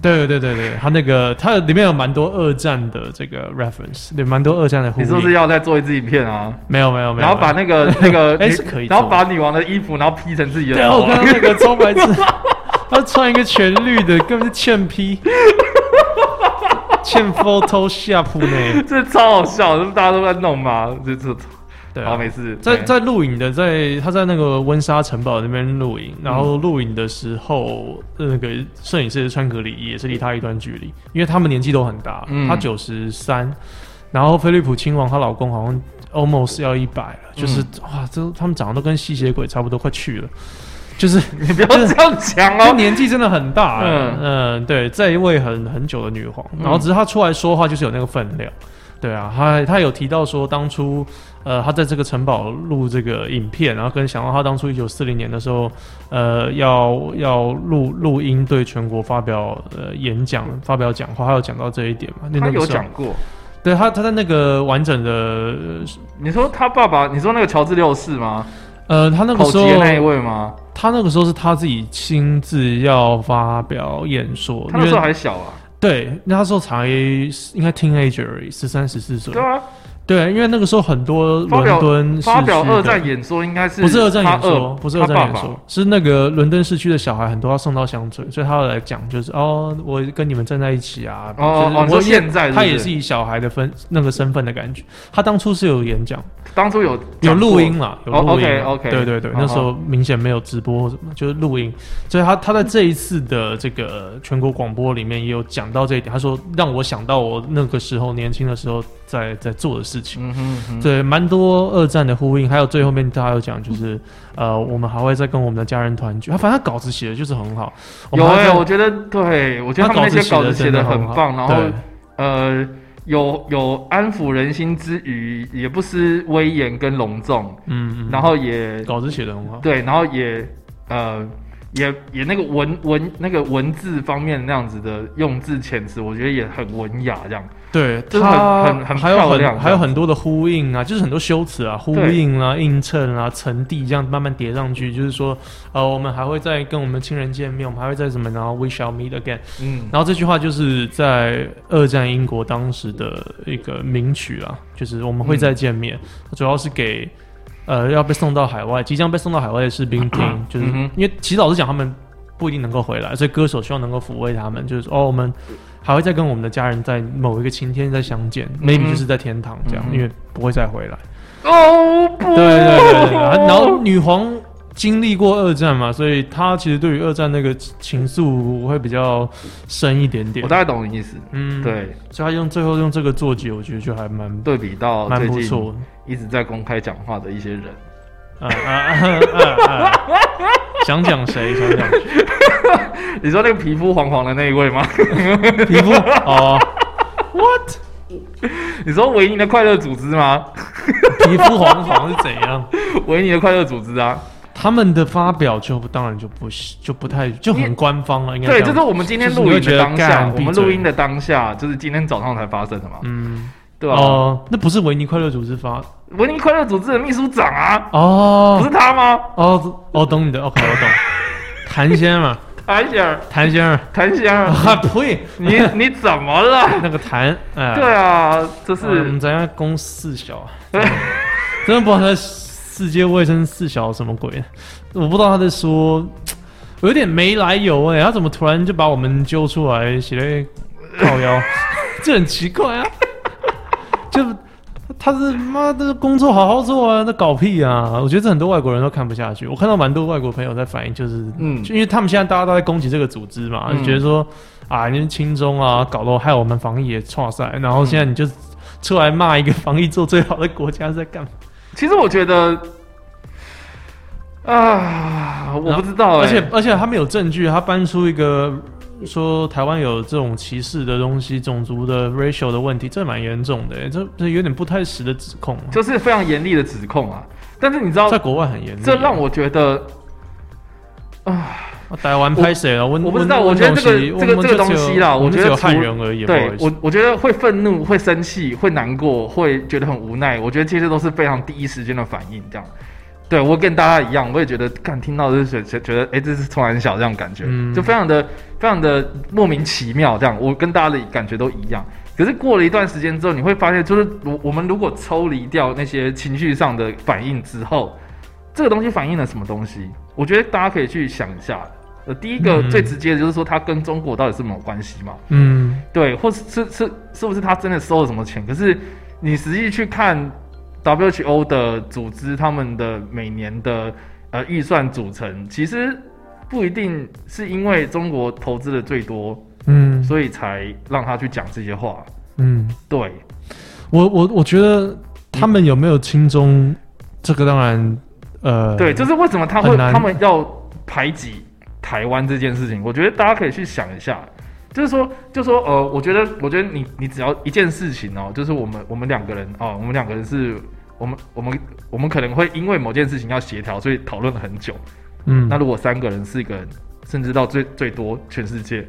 [SPEAKER 5] 对对对对，他那个他里面有蛮多二战的这个 reference，对，蛮多二战的呼
[SPEAKER 4] 你
[SPEAKER 5] 应。
[SPEAKER 4] 是不是要再做一支影片啊？
[SPEAKER 5] 没有没有没有，
[SPEAKER 4] 然后把那个那个
[SPEAKER 5] 哎
[SPEAKER 4] 女
[SPEAKER 5] 是可以做
[SPEAKER 4] 然后把女王的衣服，然后披成自己的
[SPEAKER 5] 对啊，
[SPEAKER 4] 头
[SPEAKER 5] 我
[SPEAKER 4] 啊。
[SPEAKER 5] 刚刚那个超白痴，他穿一个全绿的，根本是欠批，欠 Photoshop 呢。
[SPEAKER 4] 这超好笑，这不大家都在弄吗？这这，
[SPEAKER 5] 对
[SPEAKER 4] 好
[SPEAKER 5] 啊，
[SPEAKER 4] 哦没事。哎
[SPEAKER 5] 在
[SPEAKER 4] 对
[SPEAKER 5] 在录影的，在他在那个温莎城堡那边录影，然后录影的时候，呃那个摄影师穿隔离也是离他一段距离，因为他们年纪都很大，
[SPEAKER 4] 嗯
[SPEAKER 5] 他九十三，然后菲利普亲王她老公好像 almost 要一百了，就是、哇，这他们长得都跟吸血鬼差不多，快去了，就是
[SPEAKER 4] 你不要这样讲
[SPEAKER 5] 她
[SPEAKER 4] 哦。
[SPEAKER 5] 年纪真的很大，
[SPEAKER 4] 嗯
[SPEAKER 5] 嗯嗯，对，在一位很很久的女皇，
[SPEAKER 4] 嗯
[SPEAKER 5] 然后只是她出来说话就是有那个分量，对啊，她她有提到说当初，呃，她在这个城堡录这个影片，然后跟想到她当初一九四零年的时候，呃，要要录录音对全国发表呃演讲发表讲话，她有讲到这一点嘛？那
[SPEAKER 4] 他
[SPEAKER 5] 那个
[SPEAKER 4] 有
[SPEAKER 5] 时候
[SPEAKER 4] 讲，过，
[SPEAKER 5] 对她她在那个完整的
[SPEAKER 4] 你说他爸爸，你说那个乔治六世吗？
[SPEAKER 5] 呃，她那个
[SPEAKER 4] 口
[SPEAKER 5] 时
[SPEAKER 4] 疾的
[SPEAKER 5] 候
[SPEAKER 4] 那一位吗？
[SPEAKER 5] 她那个时候是她自己亲自要发表演说，
[SPEAKER 4] 他
[SPEAKER 5] 因
[SPEAKER 4] 那
[SPEAKER 5] 为
[SPEAKER 4] 时候还小啊。
[SPEAKER 5] 对，那时候才应该 teenager 而已，十三十四岁
[SPEAKER 4] 对。啊，
[SPEAKER 5] 对，因为那个时候很多
[SPEAKER 4] 发表
[SPEAKER 5] 伦敦市区
[SPEAKER 4] 发表
[SPEAKER 5] 的
[SPEAKER 4] 二战演说应该是
[SPEAKER 5] 不是二战演
[SPEAKER 4] 他
[SPEAKER 5] 说，不是二战演
[SPEAKER 4] 他爸
[SPEAKER 5] 说
[SPEAKER 4] 爸，
[SPEAKER 5] 是那个伦敦市区的小孩很多要送到乡村，所以他要来讲就是哦，我跟你们站在一起啊。
[SPEAKER 4] 哦
[SPEAKER 5] 就是
[SPEAKER 4] 哦你说
[SPEAKER 5] 我也
[SPEAKER 4] 现在是不
[SPEAKER 5] 他
[SPEAKER 4] 是
[SPEAKER 5] 也是以小孩的分那个身份的感觉。他当初是有演讲，
[SPEAKER 4] 当初有
[SPEAKER 5] 有
[SPEAKER 4] 讲过
[SPEAKER 5] 录音啦，有
[SPEAKER 4] 哦
[SPEAKER 5] 录音啦。
[SPEAKER 4] ，OK，OK
[SPEAKER 5] 对对对，那时候明显没有直播或什么，就是录音。所以他他在这一次的这个全国广播里面也有讲到这一点，他说让我想到我那个时候年轻的时候在在做的事情。
[SPEAKER 4] 嗯哼嗯哼，
[SPEAKER 5] 对，蛮多二战的呼应，还有最后面他有讲，就是呃，我们还会再跟我们的家人团聚。他反正他稿子写的就是很好，我
[SPEAKER 4] 有
[SPEAKER 5] 们还
[SPEAKER 4] 哎，
[SPEAKER 5] 在
[SPEAKER 4] 我觉得对，我觉得
[SPEAKER 5] 他
[SPEAKER 4] 他们那些稿
[SPEAKER 5] 子
[SPEAKER 4] 子写
[SPEAKER 5] 的
[SPEAKER 4] 的很棒，然后
[SPEAKER 5] 对
[SPEAKER 4] 呃，有有安抚人心之余，也不失威严跟隆重，
[SPEAKER 5] 嗯，嗯
[SPEAKER 4] 然后也
[SPEAKER 5] 稿子写的很好，
[SPEAKER 4] 对，然后也呃也也那个文文那个文字方面那样子的用字遣词，我觉得也很文雅这样。
[SPEAKER 5] 对，
[SPEAKER 4] 就是很很很
[SPEAKER 5] 还有
[SPEAKER 4] 漂亮
[SPEAKER 5] 很还有
[SPEAKER 4] 这样
[SPEAKER 5] 很多的呼应啊，就是很多修辞啊，呼
[SPEAKER 4] 对
[SPEAKER 5] 应啊、映衬啊、层递这样慢慢叠上去，就是说，呃，我们还会再跟我们亲人见面，我们还会再怎么，然后 we shall meet again。
[SPEAKER 4] 嗯，
[SPEAKER 5] 然后这句话就是在二战英国当时的一个名曲啊，就是我们会再见
[SPEAKER 4] 嗯
[SPEAKER 5] 面，主要是给。呃，要被送到海外，即将被送到海外的士兵 听，就是
[SPEAKER 4] 嗯哼
[SPEAKER 5] 因为其实老实讲，他们不一定能够回来，所以歌手希望能够抚慰他们，就是说，哦，我们还会再跟我们的家人在某一个晴天再相见、
[SPEAKER 4] 嗯
[SPEAKER 5] m a y b e 就是在天堂这样，
[SPEAKER 4] 嗯哼
[SPEAKER 5] 因为不会再回来。
[SPEAKER 4] 哦不，
[SPEAKER 5] 对对对对，然后女皇经历过二战嘛，所以她其实对于二战那个情愫会比较深一点 点
[SPEAKER 4] 我。大概懂你意思。
[SPEAKER 5] 嗯，，
[SPEAKER 4] 对，
[SPEAKER 5] 所以她用最后用这个做结，我觉得就还蛮
[SPEAKER 4] 对比到
[SPEAKER 5] 蛮
[SPEAKER 4] 哦最
[SPEAKER 5] 不
[SPEAKER 4] 近
[SPEAKER 5] 错。
[SPEAKER 4] 一直在公开讲话的一些人，
[SPEAKER 5] 啊啊啊啊！ 想讲谁？想讲谁
[SPEAKER 4] 你说那个皮肤黄黄的那一位吗？
[SPEAKER 5] 皮肤哦，what？
[SPEAKER 4] 你说维尼的快乐组织吗？
[SPEAKER 5] 皮肤黄黄是怎样？
[SPEAKER 4] 维尼的快乐组织啊，
[SPEAKER 5] 他们的发表就当然就不是就不太就很官方了，应该
[SPEAKER 4] 对，
[SPEAKER 5] 这
[SPEAKER 4] 这
[SPEAKER 5] 样
[SPEAKER 4] 是我们今天
[SPEAKER 5] 就是
[SPEAKER 4] 录
[SPEAKER 5] 你会
[SPEAKER 4] 音
[SPEAKER 5] 觉
[SPEAKER 4] 的
[SPEAKER 5] 得
[SPEAKER 4] 当下，
[SPEAKER 5] 干
[SPEAKER 4] 我们
[SPEAKER 5] 闭嘴
[SPEAKER 4] 录音的当下，就是今天早上才发生的嘛，
[SPEAKER 5] 嗯
[SPEAKER 4] 对吧？
[SPEAKER 5] 哦，那不是维尼快乐组织发
[SPEAKER 4] 文艺快乐组织的秘书长啊，不
[SPEAKER 5] 哦
[SPEAKER 4] 是他吗？
[SPEAKER 5] 哦哦，懂你的，OK，我懂。 谭先生嘛，
[SPEAKER 4] 谭先生，
[SPEAKER 5] 谭先生，
[SPEAKER 4] 谭先生，
[SPEAKER 5] 啊呸，
[SPEAKER 4] 你你怎么了？
[SPEAKER 5] 那个谭，哎，
[SPEAKER 4] 对啊，这
[SPEAKER 5] 哎，我们
[SPEAKER 4] 是
[SPEAKER 5] 咱家公四小，啊真的不知道他世界卫生四小什么鬼，我不知道他在说，我有点没来由哎、他怎么突然就把我们揪出来，写在靠腰，这很奇怪啊，就他是妈的工作好好做啊，那搞屁啊！我觉得这很多外国人都看不下去，我看到蛮多外国朋友在反映，就是
[SPEAKER 4] 嗯
[SPEAKER 5] 嗯，就因为他们现在大家都在攻击这个组织嘛，
[SPEAKER 4] 嗯
[SPEAKER 5] 就觉得说啊，你们亲中啊，搞得害我们防疫也错赛，然后现在你就出来骂一个防疫做最好的国家是在干嘛？
[SPEAKER 4] 其实我觉得啊，我不知道哎，
[SPEAKER 5] 而且而且他们有证据，他搬出一个说台湾有这种歧视的东西，种族的 racial 的问题，这蛮严重的、欸，这这有点不太实的指控啊、
[SPEAKER 4] 就是非常严厉的指控啊。但是你知道
[SPEAKER 5] 在，国外很严厉啊。
[SPEAKER 4] 这让我觉得
[SPEAKER 5] 啊台湾拍谁了？我
[SPEAKER 4] 我不知道我觉得这个这个这个东西啦我觉得
[SPEAKER 5] 有
[SPEAKER 4] 除
[SPEAKER 5] 汉人而已。
[SPEAKER 4] 对
[SPEAKER 5] 不好意
[SPEAKER 4] 我
[SPEAKER 5] 思，
[SPEAKER 4] 我觉得会愤怒、会生气、会难过、会觉得很无奈。我觉得这些都是非常第一时间的反应，这样。对我跟大家一样，我也觉得，看听到就是觉觉得，哎、这是突然小这样感觉，
[SPEAKER 5] 嗯
[SPEAKER 4] 就非常的非常的莫名其妙这样。我跟大家的感觉都一样。可是过了一段时间之后，你会发现，就是我我们如果抽离掉那些情绪上的反应之后，这个东西反映了什么东西？我觉得大家可以去想一下。呃，第一个
[SPEAKER 5] 嗯
[SPEAKER 4] 最直接的就是说，它跟中国到底是什么关系嘛？
[SPEAKER 5] 嗯，
[SPEAKER 4] 对，或是是是是不是他真的收了什么钱？可是你实际去看 WHO 的组织，他们的每年的呃预算组成，其实不一定是因为中国投资的最多，
[SPEAKER 5] 嗯
[SPEAKER 4] 所以才让他去讲这些话。
[SPEAKER 5] 嗯，
[SPEAKER 4] 对，
[SPEAKER 5] 我我我觉得他们有没有轻中，这个当然，呃，
[SPEAKER 4] 对，就是为什么他会
[SPEAKER 5] 很难
[SPEAKER 4] 他们要排挤台湾这件事情，我觉得大家可以去想一下。就是说，就说，呃，我觉得，我觉得你，你只要一件事情哦，就是我们，我们两个人哦，我们两个人是，我们，我们，我们可能会因为某件事情要协调，所以讨论了很久。
[SPEAKER 5] 嗯，
[SPEAKER 4] 那如果三个人、四个人，甚至到最最多全世界，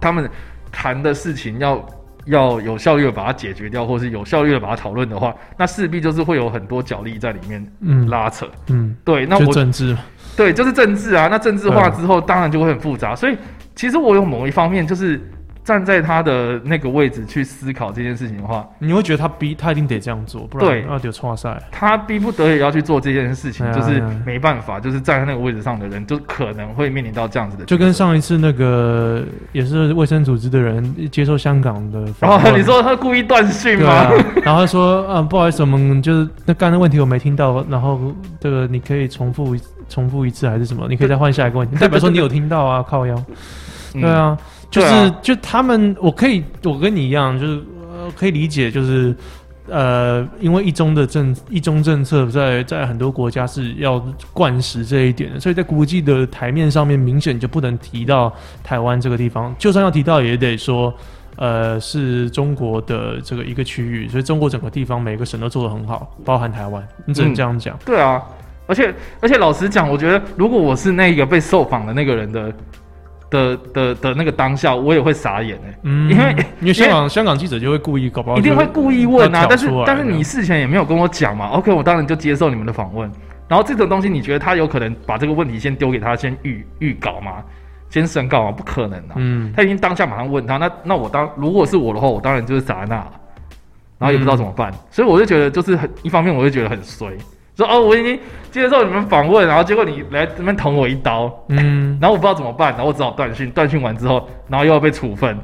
[SPEAKER 4] 他们谈的事情要要有效率的把它解决掉，或是有效率的把它讨论的话，那势必就是会有很多角力在里面
[SPEAKER 5] 嗯
[SPEAKER 4] 拉扯。
[SPEAKER 5] 嗯，
[SPEAKER 4] 对，那
[SPEAKER 5] 就
[SPEAKER 4] 我
[SPEAKER 5] 政治嘛，
[SPEAKER 4] 对，
[SPEAKER 5] 嗯
[SPEAKER 4] 就是政治啊。那政治化之后，当然就会很复杂。所以，其实我有某一方面就是站在他的那个位置去思考这件事情的话，
[SPEAKER 5] 你会觉得他逼他一定得这样做，不然
[SPEAKER 4] 对
[SPEAKER 5] 要丢错啊赛。
[SPEAKER 4] 他逼不得已要去做这件事情，
[SPEAKER 5] 哎呀
[SPEAKER 4] 就是
[SPEAKER 5] 哎呀
[SPEAKER 4] 没办法，就是站在那个位置上的人，就可能会面临到这样子的
[SPEAKER 5] 就
[SPEAKER 4] 角色。
[SPEAKER 5] 跟上一次那个也是卫生组织的人接受香港的
[SPEAKER 4] 然
[SPEAKER 5] 访问，
[SPEAKER 4] 后哦你说他故意断讯
[SPEAKER 5] 对
[SPEAKER 4] 吗？
[SPEAKER 5] 啊，然后他说，嗯，不好意思，我们就是那刚才问题我没听到，然后这个你可以重复一重复一次还是什么？你可以再换下一个问 题，代表说你有听到啊，靠腰，
[SPEAKER 4] 嗯
[SPEAKER 5] 对，啊，就
[SPEAKER 4] 对
[SPEAKER 5] 是、
[SPEAKER 4] 啊
[SPEAKER 5] 就他们，我可以我跟你一样，就是、呃、可以理解，就是呃，因为一中的政一中政策在在很多国家是要贯实这一点的，所以在国际的台面上面，明显就不能提到台湾这个地方，就算要提到，也得说。呃，是中国的这个一个区域，所以中国整个地方每个省都做得很好，包含台湾，你只能这样讲。
[SPEAKER 4] 对啊。而且而且，老实讲，我觉得如果我是那个被受访的那个人的的的的那个当下，我也会傻眼哎、
[SPEAKER 5] 嗯，
[SPEAKER 4] 因为
[SPEAKER 5] 因为香港香港记者就会故意搞不好
[SPEAKER 4] 一定
[SPEAKER 5] 就
[SPEAKER 4] 会故意问啊
[SPEAKER 5] 要，
[SPEAKER 4] 但
[SPEAKER 5] 挑
[SPEAKER 4] 是
[SPEAKER 5] 出来
[SPEAKER 4] 但是
[SPEAKER 5] 这样
[SPEAKER 4] 你事前也没有跟我讲嘛，OK，我当然就接受你们的访问。然后这种东西，你觉得他有可能把这个问题先丢给他，先预预稿吗？先审稿吗？不可能啊！
[SPEAKER 5] 嗯
[SPEAKER 4] 他已经当下马上问他，那那我当如果是我的话，我当然就是砸那，然后也不知道怎么办，
[SPEAKER 5] 嗯
[SPEAKER 4] 所以我就觉得就是很一方面，我就觉得很衰，说哦我已经接受你们访问，然后结果你来这边捅我一刀，
[SPEAKER 5] 嗯，
[SPEAKER 4] 然后我不知道怎么办，然后我只好断讯，断讯完之后，然后又要被处分，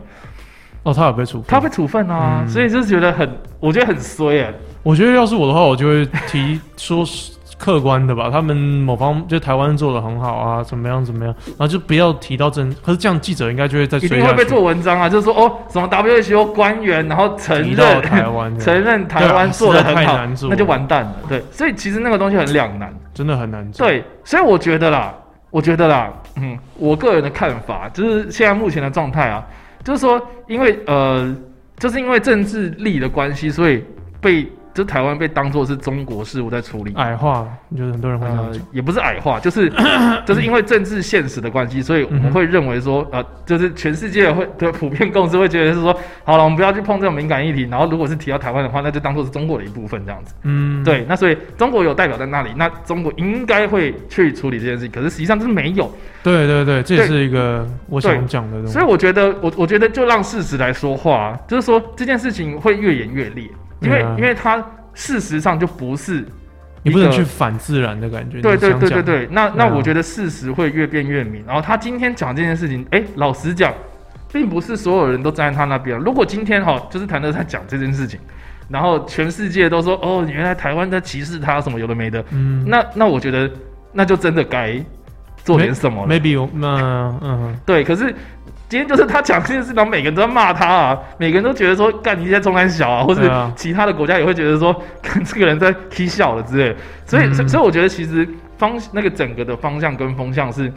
[SPEAKER 5] 哦，他有被处分，
[SPEAKER 4] 他被处分啊，
[SPEAKER 5] 嗯
[SPEAKER 4] 所以就是觉得很，我觉得很衰哎、
[SPEAKER 5] 我觉得要是我的话，我就会提 说是客观的吧，他们某方就台湾做的很好啊，怎么样怎么样，然后就不要提到政，可是这样记者应该就会再
[SPEAKER 4] 一
[SPEAKER 5] 追
[SPEAKER 4] 定
[SPEAKER 5] 下
[SPEAKER 4] 会被
[SPEAKER 5] 去，
[SPEAKER 4] 做文章啊，就是说哦，什么 WHO 官员，然后承
[SPEAKER 5] 提到
[SPEAKER 4] 认
[SPEAKER 5] 台湾这
[SPEAKER 4] 承
[SPEAKER 5] 样，
[SPEAKER 4] 认台湾做的很
[SPEAKER 5] 对啊实在太
[SPEAKER 4] 好
[SPEAKER 5] 难，做了
[SPEAKER 4] 那就完蛋了。对，所以其实那个东西很两难。
[SPEAKER 5] 真的很难做。，
[SPEAKER 4] 对，所以我觉得啦，我觉得啦，嗯，我个人的看法就是现在目前的状态啊，就是说，因为呃，就是因为政治力的关系，所以被就台湾被当做是中国事务在处理。
[SPEAKER 5] 矮化，就是很多人会这样
[SPEAKER 4] 呃
[SPEAKER 5] 讲。，
[SPEAKER 4] 也不是矮化，就是 就是因为政治现实的关系，所以我们
[SPEAKER 5] 嗯哼
[SPEAKER 4] 会认为说，呃，就是全世界会的普遍共识会觉得是说，好了，我们不要去碰这种敏感议题，然后如果是提到台湾的话，那就当做是中国的一部分这样子。
[SPEAKER 5] 嗯，
[SPEAKER 4] 对，那所以中国有代表在那里，那中国应该会去处理这件事情，可是实际上就是没有，
[SPEAKER 5] 对对对，这
[SPEAKER 4] 对
[SPEAKER 5] 也是一个我
[SPEAKER 4] 对
[SPEAKER 5] 想讲的东西
[SPEAKER 4] 所以。我觉得，我我觉得就让事实来说话，就是说这件事情会越演越烈，因为、
[SPEAKER 5] 嗯啊
[SPEAKER 4] 因为它事实上就不是
[SPEAKER 5] 你不能
[SPEAKER 4] 一个
[SPEAKER 5] 去反自然的感觉。
[SPEAKER 4] 对
[SPEAKER 5] 你
[SPEAKER 4] 对
[SPEAKER 5] 想
[SPEAKER 4] 对对
[SPEAKER 5] 讲，
[SPEAKER 4] 对，那
[SPEAKER 5] 对
[SPEAKER 4] 那
[SPEAKER 5] 啊
[SPEAKER 4] 我觉得事实会越辩越明。然后他今天讲这件事情，哎，老实讲，并不是所有人都站在他那边。如果今天哈，就是谭德赛讲这件事情，然后全世界都说哦，原来台湾在歧视他什么有的没的，
[SPEAKER 5] 嗯，
[SPEAKER 4] 那那我觉得那就真的该做点什么了。
[SPEAKER 5] maybe 我那嗯，
[SPEAKER 4] 对，可是。今天就是他讲这件事，然后每个人都在骂他啊，每个人都觉得说干你在中南小啊，或是
[SPEAKER 5] 对啊
[SPEAKER 4] 其他的国家也会觉得说看这个人在踢笑了之类的。所以，所以
[SPEAKER 5] 嗯
[SPEAKER 4] 所以我觉得其实方那个整个的方向跟风向是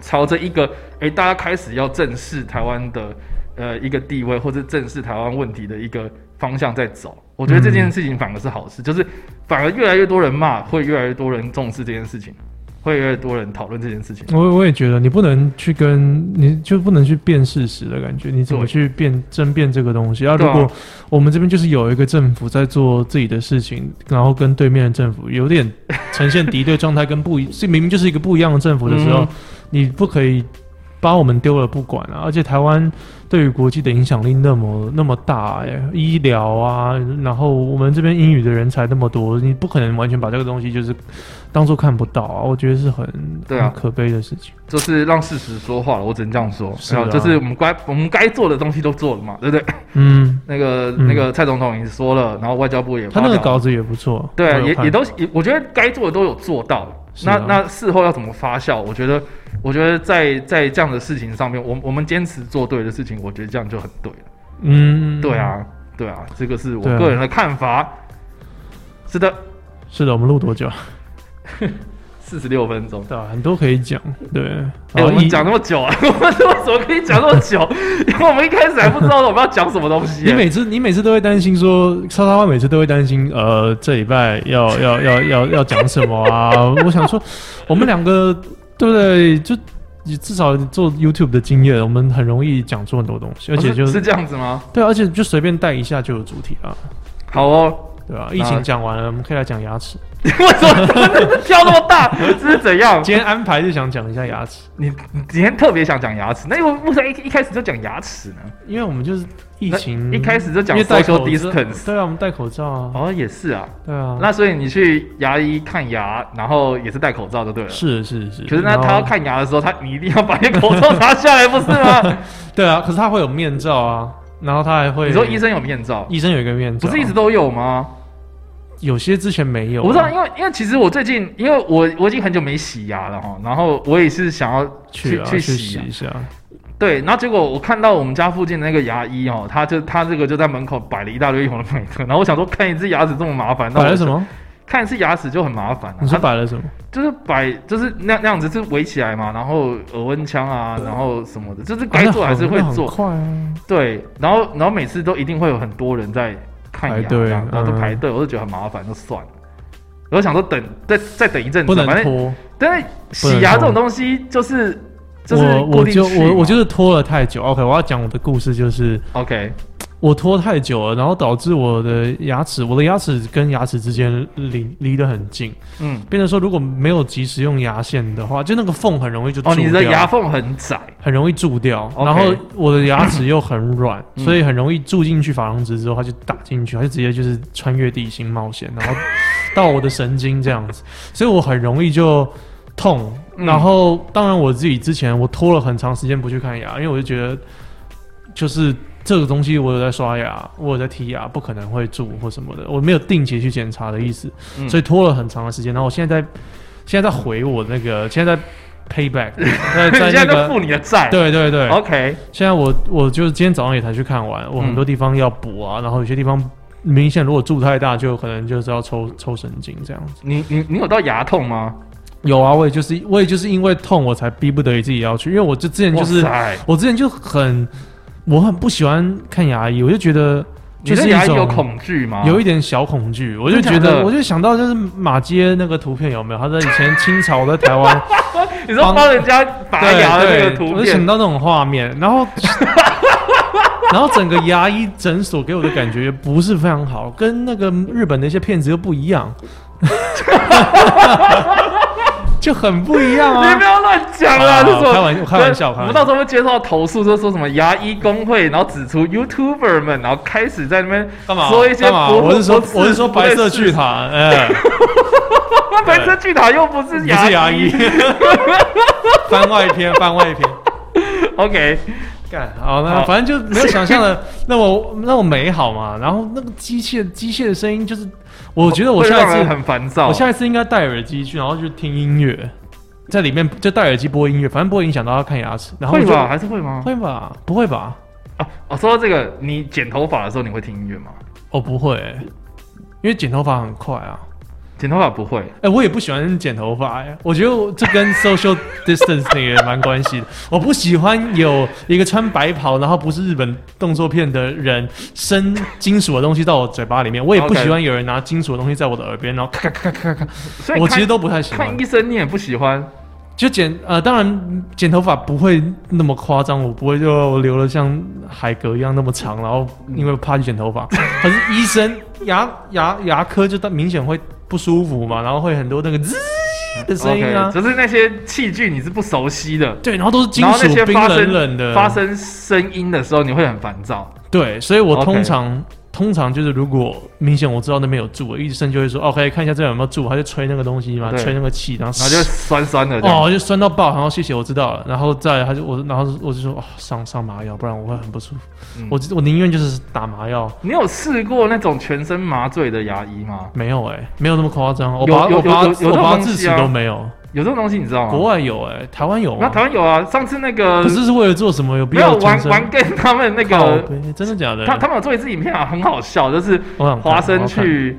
[SPEAKER 4] 朝着一个诶，大家开始要正视台湾的呃一个地位，或者正视台湾问题的一个方向在走。我觉得这件事情反而是好事，就是反而越来越多人骂，会越来越多人重视这件事情，会越来越多人讨论这件事情。
[SPEAKER 5] 我我也觉得你不能去跟你就不能去辨事实的感觉，你怎么
[SPEAKER 4] 对
[SPEAKER 5] 去辨争辩这个东西？啊，
[SPEAKER 4] 对
[SPEAKER 5] 如
[SPEAKER 4] 啊
[SPEAKER 5] 果我们这边就是有一个政府在做自己的事情，然后跟对面的政府有点呈现敌对状态，跟不一，是明明就是一个不一样的政府的时候，
[SPEAKER 4] 嗯
[SPEAKER 5] 你不可以把我们丢了不管啊！而且台湾对于国际的影响力那么那么大、欸，医疗啊，然后我们这边英语的人才那么多，你不可能完全把这个东西就是当做看不到啊！我觉得是很
[SPEAKER 4] 对啊
[SPEAKER 5] 很可悲的事情。
[SPEAKER 4] 就是让事实说话了，我只能这样说。
[SPEAKER 5] 是啊
[SPEAKER 4] 然后就是我们该我们该做的东西都做了嘛，对不 对？啊
[SPEAKER 5] 嗯，
[SPEAKER 4] 那个、
[SPEAKER 5] 嗯
[SPEAKER 4] 那个蔡总统也说了，然后外交部也
[SPEAKER 5] 他那
[SPEAKER 4] 发表
[SPEAKER 5] 个
[SPEAKER 4] 了
[SPEAKER 5] 稿子也不错，
[SPEAKER 4] 对
[SPEAKER 5] 我
[SPEAKER 4] 啊，
[SPEAKER 5] 有
[SPEAKER 4] 也
[SPEAKER 5] 看
[SPEAKER 4] 也都也，我觉得该做的都有做到。
[SPEAKER 5] 是
[SPEAKER 4] 那
[SPEAKER 5] 啊
[SPEAKER 4] 那事后要怎么发酵？我觉得，我觉得在在这样的事情上面，我我们坚持做对的事情，我觉得这样就很对了。
[SPEAKER 5] 嗯，
[SPEAKER 4] 对，啊，对啊，这个是我
[SPEAKER 5] 对啊
[SPEAKER 4] 个人的看法。是的，
[SPEAKER 5] 是的，我们录多久？啊
[SPEAKER 4] 四十六分钟。
[SPEAKER 5] 对啊，很多可以讲，对，
[SPEAKER 4] 哎、
[SPEAKER 5] 然后
[SPEAKER 4] 我们
[SPEAKER 5] 一
[SPEAKER 4] 讲那么久啊， 我们为什么可以讲那么 久？因为我们一开始还不知道我们要讲什么东西、啊
[SPEAKER 5] 你每次你每次都会担心说，沙沙花每次都会担心，呃，这礼拜要要要要要讲什么啊？ 我想说，我们两个对不对？就至少做 YouTube 的经验，我们很容易讲出很多东西，而且就是
[SPEAKER 4] 哦是这样子吗？
[SPEAKER 5] 对啊，而且就随便带一下就有主题了，
[SPEAKER 4] 好哦，
[SPEAKER 5] 对吧、疫情讲完了，我们可以来讲牙齿。
[SPEAKER 4] 为什么跳那么 大？这是怎样？
[SPEAKER 5] 今天安排就想讲一下牙齿，
[SPEAKER 4] 你你今天特别想讲牙齿，那我为啥一一开始就讲牙齿呢？
[SPEAKER 5] 因为我们就是疫情
[SPEAKER 4] 那一开始就讲
[SPEAKER 5] 因为戴
[SPEAKER 4] social
[SPEAKER 5] 口罩
[SPEAKER 4] distance
[SPEAKER 5] 对啊，我们戴口罩啊，
[SPEAKER 4] 哦，也是啊。
[SPEAKER 5] 对啊，
[SPEAKER 4] 那所以你去牙医看牙，然后也是戴口罩就对了。
[SPEAKER 5] 是是是。
[SPEAKER 4] 可是那
[SPEAKER 5] 然后
[SPEAKER 4] 他要看牙的时候，他你一定要把你口罩拿下来，不是 吗？
[SPEAKER 5] 对啊，可是他会有面罩啊，然后他还会
[SPEAKER 4] 你说医生有面罩，
[SPEAKER 5] 医生有一个面罩，
[SPEAKER 4] 不是一直都有吗？
[SPEAKER 5] 有些之前没有啊，
[SPEAKER 4] 我不知道，因为因为其实我最近，因为我我已经很久没洗牙了哈，然后我也是想要
[SPEAKER 5] 去啊
[SPEAKER 4] 去
[SPEAKER 5] 去
[SPEAKER 4] 洗
[SPEAKER 5] 洗
[SPEAKER 4] 牙
[SPEAKER 5] 一下，
[SPEAKER 4] 对，然后结果我看到我们家附近的那个牙医哦，他就他这个就在门口摆了一大堆用的美特，然后我想说看一次牙齿这么麻烦，那我
[SPEAKER 5] 摆了什？么？
[SPEAKER 4] 看一次牙齿就很麻烦、啊。
[SPEAKER 5] 你说
[SPEAKER 4] 他
[SPEAKER 5] 摆了什么？
[SPEAKER 4] 就是摆就是那那样子是围起来嘛，然后耳温枪啊，然后什么的，就是
[SPEAKER 5] 啊
[SPEAKER 4] 该
[SPEAKER 5] 那
[SPEAKER 4] 做还
[SPEAKER 5] 很
[SPEAKER 4] 是会
[SPEAKER 5] 那很
[SPEAKER 4] 做。嗯
[SPEAKER 5] 快啊，
[SPEAKER 4] 对，然后然后每次都一定会有很多人在看
[SPEAKER 5] 排
[SPEAKER 4] 牙，
[SPEAKER 5] 队
[SPEAKER 4] 这样然后都排
[SPEAKER 5] 嗯
[SPEAKER 4] 队，我就觉得很麻烦，就算了。我就想说等再再等一阵
[SPEAKER 5] 不
[SPEAKER 4] 子，
[SPEAKER 5] 能
[SPEAKER 4] 反正
[SPEAKER 5] 拖。
[SPEAKER 4] 但是
[SPEAKER 5] 不能
[SPEAKER 4] 洗牙这
[SPEAKER 5] 拖
[SPEAKER 4] 种东西就是就是
[SPEAKER 5] 我
[SPEAKER 4] 固
[SPEAKER 5] 我
[SPEAKER 4] 定
[SPEAKER 5] 就
[SPEAKER 4] 去
[SPEAKER 5] 我我
[SPEAKER 4] 嘛
[SPEAKER 5] 就是拖了太久。OK，我要讲我的故事，就是
[SPEAKER 4] OK
[SPEAKER 5] 我拖太久了，然后导致我的牙齿，我的牙齿跟牙齿之间离离得很近，
[SPEAKER 4] 嗯。
[SPEAKER 5] 变成说如果没有及时用牙线的话，就那个缝很容易就
[SPEAKER 4] 哦，你
[SPEAKER 5] 蛀
[SPEAKER 4] 的
[SPEAKER 5] 掉
[SPEAKER 4] 牙缝很窄，
[SPEAKER 5] 很容易蛀掉，
[SPEAKER 4] OK
[SPEAKER 5] 然后我的牙齿又很软，
[SPEAKER 4] 嗯
[SPEAKER 5] 所以很容易蛀进去珐琅质之后，它就打进去，它就直接就是穿越地心冒险，然后 到我的神经这样子，所以我很容易就痛。
[SPEAKER 4] 嗯
[SPEAKER 5] 然后当然我自己之前我拖了很长时间不去看牙，因为我就觉得就是。这个东西我有在刷牙，我有在剔牙，不可能会蛀或什么的，我没有定期去检查的意思，
[SPEAKER 4] 嗯
[SPEAKER 5] 所以拖了很长的时间。然后我现在在，现在在回我那个，现在在 payback，在
[SPEAKER 4] 你现
[SPEAKER 5] 在那
[SPEAKER 4] 在
[SPEAKER 5] 个
[SPEAKER 4] 在付你的债。
[SPEAKER 5] 对对对，
[SPEAKER 4] ，OK，
[SPEAKER 5] 现在我我就是今天早上也才去看完，我很多地方要补啊，然后有些地方明显如果蛀太大，就可能就是要抽抽神经这样子。
[SPEAKER 4] 你你你有到牙痛吗？
[SPEAKER 5] 有啊，我也就是我也就是因为痛，我才逼不得已自己要去，因为我就之前就是
[SPEAKER 4] 哇塞
[SPEAKER 5] 我之前就很我很不喜欢看牙医，我就觉得
[SPEAKER 4] 你
[SPEAKER 5] 就是
[SPEAKER 4] 对
[SPEAKER 5] 一
[SPEAKER 4] 牙医有
[SPEAKER 5] 种
[SPEAKER 4] 恐惧吗？
[SPEAKER 5] 有一点小恐惧，我就
[SPEAKER 4] 真
[SPEAKER 5] 觉
[SPEAKER 4] 的假
[SPEAKER 5] 得，
[SPEAKER 4] 的
[SPEAKER 5] 我就想到就是马街那个图片有没有？他在以前清朝在台湾
[SPEAKER 4] 你说
[SPEAKER 5] 帮
[SPEAKER 4] 帮人家拔牙的那个
[SPEAKER 5] 对对，
[SPEAKER 4] 图
[SPEAKER 5] 我就想
[SPEAKER 4] 片，
[SPEAKER 5] 到那种画面，然后 然后整个牙医诊所给我的感觉不是非常好，跟那个日本的一些骗子又不一样， 就很不一样
[SPEAKER 4] 你不
[SPEAKER 5] 啊。
[SPEAKER 4] 要乱讲啦！
[SPEAKER 5] 好
[SPEAKER 4] 这是
[SPEAKER 5] 开玩笑开玩笑
[SPEAKER 4] 对
[SPEAKER 5] 开玩笑
[SPEAKER 4] 我们到时候会接到投诉，就说什么牙医工会，然后指出 YouTuber 们，然后开始在那边
[SPEAKER 5] 干嘛？
[SPEAKER 4] 说一些
[SPEAKER 5] 干嘛？
[SPEAKER 4] 不
[SPEAKER 5] 我是说
[SPEAKER 4] 不
[SPEAKER 5] 我是说白色巨，塔，哎、
[SPEAKER 4] 不是白色巨塔又不是
[SPEAKER 5] 不
[SPEAKER 4] 牙
[SPEAKER 5] 是牙医。 番外篇，番外篇。
[SPEAKER 4] OK，
[SPEAKER 5] 干好，那
[SPEAKER 4] 好
[SPEAKER 5] 反正就没有想象的 那么那么美好嘛。然后那个机械机械的声音，就是我觉得我
[SPEAKER 4] 会
[SPEAKER 5] 下
[SPEAKER 4] 让
[SPEAKER 5] 一
[SPEAKER 4] 人
[SPEAKER 5] 次
[SPEAKER 4] 很烦躁。
[SPEAKER 5] 我下一次应该戴耳机去，然后就听音乐，在里面就戴耳机播音乐，反正不会影响到他看牙齿。然后我
[SPEAKER 4] 会
[SPEAKER 5] 就
[SPEAKER 4] 吧？还是会吗？
[SPEAKER 5] 会吧？不会吧？
[SPEAKER 4] 哦哦，说到这个，你剪头发的时候你会听音乐吗？
[SPEAKER 5] 哦，不会、因为剪头发很快啊。
[SPEAKER 4] 剪头发不会，
[SPEAKER 5] 哎、我也不喜欢剪头发、哎，我觉得我这跟 social distance 也蛮关系的。我不喜欢有一个穿白袍，然后不是日本动作片的人伸金属的东西到我嘴巴里面，我也不
[SPEAKER 4] OK
[SPEAKER 5] 喜欢有人拿金属的东西在我的耳边，然后咔咔咔咔咔咔。
[SPEAKER 4] 所以
[SPEAKER 5] 我
[SPEAKER 4] 看
[SPEAKER 5] 其实都不太喜欢
[SPEAKER 4] 看医。生你也不喜欢。
[SPEAKER 5] 就剪呃，当然剪头发不会那么夸张，我不会就留的像海格一样那么长，然后因为怕去 剪头发。可是医生牙牙牙科就明显会不舒服嘛，然后会很多那个滋的声音啊
[SPEAKER 4] OK，就是那些器具你是不熟悉的，
[SPEAKER 5] 对，然后都是金
[SPEAKER 4] 然后
[SPEAKER 5] 属
[SPEAKER 4] 那些
[SPEAKER 5] 冰
[SPEAKER 4] 发
[SPEAKER 5] 冷
[SPEAKER 4] 生
[SPEAKER 5] 冷的
[SPEAKER 4] 发生声音的时候，你会很烦躁。
[SPEAKER 5] 对，所以我
[SPEAKER 4] OK
[SPEAKER 5] 通常通常就是如果明显我知道那边有柱，医生就会说哦，可以看一下这边有没有柱，他就吹那个东西嘛，
[SPEAKER 4] 对
[SPEAKER 5] 吹那个气，然后
[SPEAKER 4] 然后就酸酸的这样。
[SPEAKER 5] 哦，就酸到爆，然后谢谢，我知道了，然后再来他就我，然后我就说哦，上上麻药，不然我会很不舒服。
[SPEAKER 4] 嗯
[SPEAKER 5] 我我宁愿就是打麻药，
[SPEAKER 4] 你有试过那种全身麻醉的牙医吗？
[SPEAKER 5] 没有哎、没有那么夸张，我
[SPEAKER 4] 有
[SPEAKER 5] 拔
[SPEAKER 4] 有
[SPEAKER 5] 我拔
[SPEAKER 4] 有有这种
[SPEAKER 5] 我拔
[SPEAKER 4] 东西
[SPEAKER 5] 智齿
[SPEAKER 4] 啊
[SPEAKER 5] 都没有，
[SPEAKER 4] 有这种东西你知道吗？
[SPEAKER 5] 国外有哎、台湾有
[SPEAKER 4] 那
[SPEAKER 5] 吗
[SPEAKER 4] 台？湾有啊，上次那个
[SPEAKER 5] 可是是为了做什么？有必
[SPEAKER 4] 没有
[SPEAKER 5] 要
[SPEAKER 4] 玩
[SPEAKER 5] 全身
[SPEAKER 4] 玩跟他们那
[SPEAKER 5] 靠
[SPEAKER 4] 个，
[SPEAKER 5] 背真的假的？
[SPEAKER 4] 他他们有做一支影片啊，很好笑，就是
[SPEAKER 5] 我想看
[SPEAKER 4] 华生
[SPEAKER 5] 我想看
[SPEAKER 4] 去，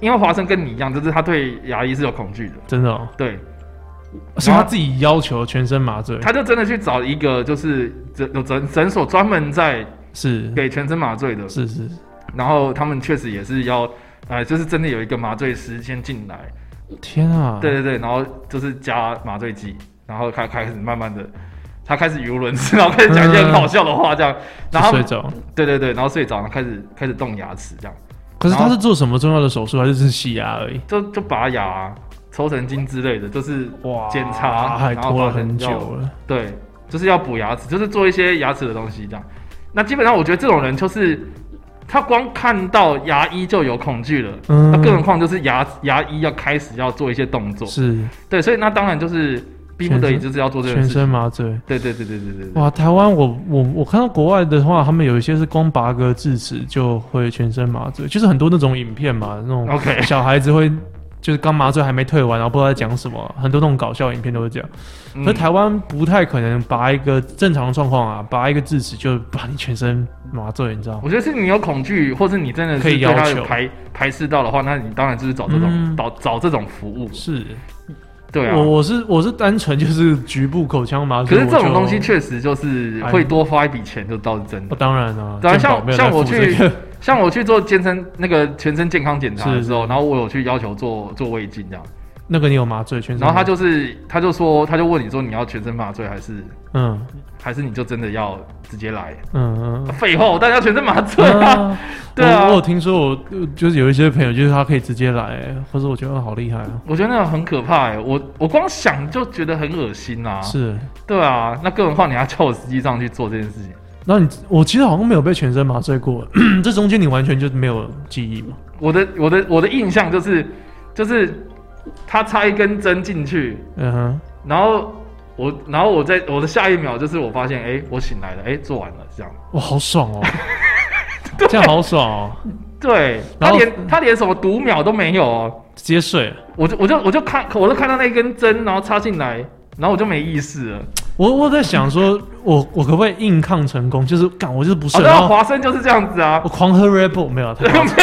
[SPEAKER 4] 因为华生跟你一样，就是他对牙医是有恐惧的，
[SPEAKER 5] 真的、哦。
[SPEAKER 4] 对，
[SPEAKER 5] 是他自己要求全身麻醉，
[SPEAKER 4] 他就真的去找一个就是诊有诊诊所专门在
[SPEAKER 5] 是
[SPEAKER 4] 给全身麻醉的，
[SPEAKER 5] 是是，
[SPEAKER 4] 然后他们确实也是要，呃，就是真的有一个麻醉师先进来，
[SPEAKER 5] 天啊！
[SPEAKER 4] 对，对对，然后就是加麻醉剂，然后开开始慢慢的，他开始语无伦次，然后开始讲一些很好笑的话，这样，然后
[SPEAKER 5] 睡着。
[SPEAKER 4] 对对对，然后睡着，然后开始开始动牙齿，这样，
[SPEAKER 5] 可是
[SPEAKER 4] 然
[SPEAKER 5] 他
[SPEAKER 4] 后
[SPEAKER 5] 是做什么重要的手术，还是只是洗牙而已？
[SPEAKER 4] 就就拔牙、啊抽神经之类的，就是检查，
[SPEAKER 5] 还
[SPEAKER 4] 然后
[SPEAKER 5] 拖了
[SPEAKER 4] 发现
[SPEAKER 5] 很久
[SPEAKER 4] 要
[SPEAKER 5] 了。
[SPEAKER 4] 对，就是要补牙齿，就是做一些牙齿的东西这样。那基本上我觉得这种人就是他光看到牙医就有恐惧了，
[SPEAKER 5] 嗯
[SPEAKER 4] 那更何况就是牙牙医要开始要做一些动作，
[SPEAKER 5] 是
[SPEAKER 4] 对，所以那当然就是逼不得已就是要做这件
[SPEAKER 5] 全
[SPEAKER 4] 事
[SPEAKER 5] 身
[SPEAKER 4] 情。
[SPEAKER 5] 麻醉。
[SPEAKER 4] 对对对对对对对，
[SPEAKER 5] 哇，台湾我我我看到国外的话，他们有一些是光拔个智齿就会全身麻醉，就是很多那种影片嘛，那种
[SPEAKER 4] OK
[SPEAKER 5] 小孩子会就是刚麻醉还没退完，然后不知道在讲什么，很多那种搞笑影片都是这样。
[SPEAKER 4] 嗯
[SPEAKER 5] 可是台湾不太可能拔一个正常的状况啊，拔一个智齿就把你全身麻醉，你知道吗？
[SPEAKER 4] 我觉得是你有恐惧，或是你真的
[SPEAKER 5] 可
[SPEAKER 4] 是
[SPEAKER 5] 以
[SPEAKER 4] 对他
[SPEAKER 5] 要求
[SPEAKER 4] 有排排斥到的话，那你当然就是找这种
[SPEAKER 5] 嗯
[SPEAKER 4] 找找这种服务，
[SPEAKER 5] 是，
[SPEAKER 4] 对啊
[SPEAKER 5] 我。我是我是单纯就是局部口腔麻
[SPEAKER 4] 可
[SPEAKER 5] 醉。
[SPEAKER 4] 是这
[SPEAKER 5] 我
[SPEAKER 4] 种
[SPEAKER 5] 就
[SPEAKER 4] 东西，确实就是
[SPEAKER 5] 哎
[SPEAKER 4] 会多花一笔钱，就倒是真的
[SPEAKER 5] 哦、。当然啊，
[SPEAKER 4] 对啊
[SPEAKER 5] 健保
[SPEAKER 4] 像
[SPEAKER 5] 没有在
[SPEAKER 4] 像我
[SPEAKER 5] 付这
[SPEAKER 4] 去
[SPEAKER 5] 个
[SPEAKER 4] 像我去做健身那个全身健康检查的时候，
[SPEAKER 5] 是
[SPEAKER 4] 然后我有去要求做做胃镜这样，
[SPEAKER 5] 那个你有麻醉全身麻醉，
[SPEAKER 4] 然后他就是他就说他就问你说你要全身麻醉还是
[SPEAKER 5] 嗯
[SPEAKER 4] 还是你就真的要直接来？
[SPEAKER 5] 嗯嗯。
[SPEAKER 4] 废话，我当然要全身麻 醉啊！对啊
[SPEAKER 5] 我我有听说我，我就是有一些朋友，就是他可以直接来，或者我觉得哦好厉害啊，
[SPEAKER 4] 我觉得那个很可怕哎、我我光想就觉得很恶心啊。，
[SPEAKER 5] 是。
[SPEAKER 4] 对啊，那更何况你还叫我实际上去做这件事情，
[SPEAKER 5] 那你我其实好像没有被全身麻醉过， 这中间你完全就没有记忆嘛？
[SPEAKER 4] 我的我的我的印象就是就是他插一根针进去，
[SPEAKER 5] 嗯哼，
[SPEAKER 4] 然后我，然后我在我的下一秒就是我发现，哎，我醒来了，哎，做完了这样。
[SPEAKER 5] 哇，好 爽哦，这样好爽哦，
[SPEAKER 4] 对他
[SPEAKER 5] 然后
[SPEAKER 4] 连他连什么读秒都没有哦，
[SPEAKER 5] 直接睡了。
[SPEAKER 4] 我就我就我就看我就看到那根针，然后插进来，然后我就没意识了。
[SPEAKER 5] 我我在想说，我我可不可以硬抗成功？就是干，我就是不
[SPEAKER 4] 哦，
[SPEAKER 5] 睡，
[SPEAKER 4] 对
[SPEAKER 5] 然
[SPEAKER 4] 啊，
[SPEAKER 5] 后
[SPEAKER 4] 华生就是这样子啊
[SPEAKER 5] 我，狂喝 Red Bull，没有，太夸张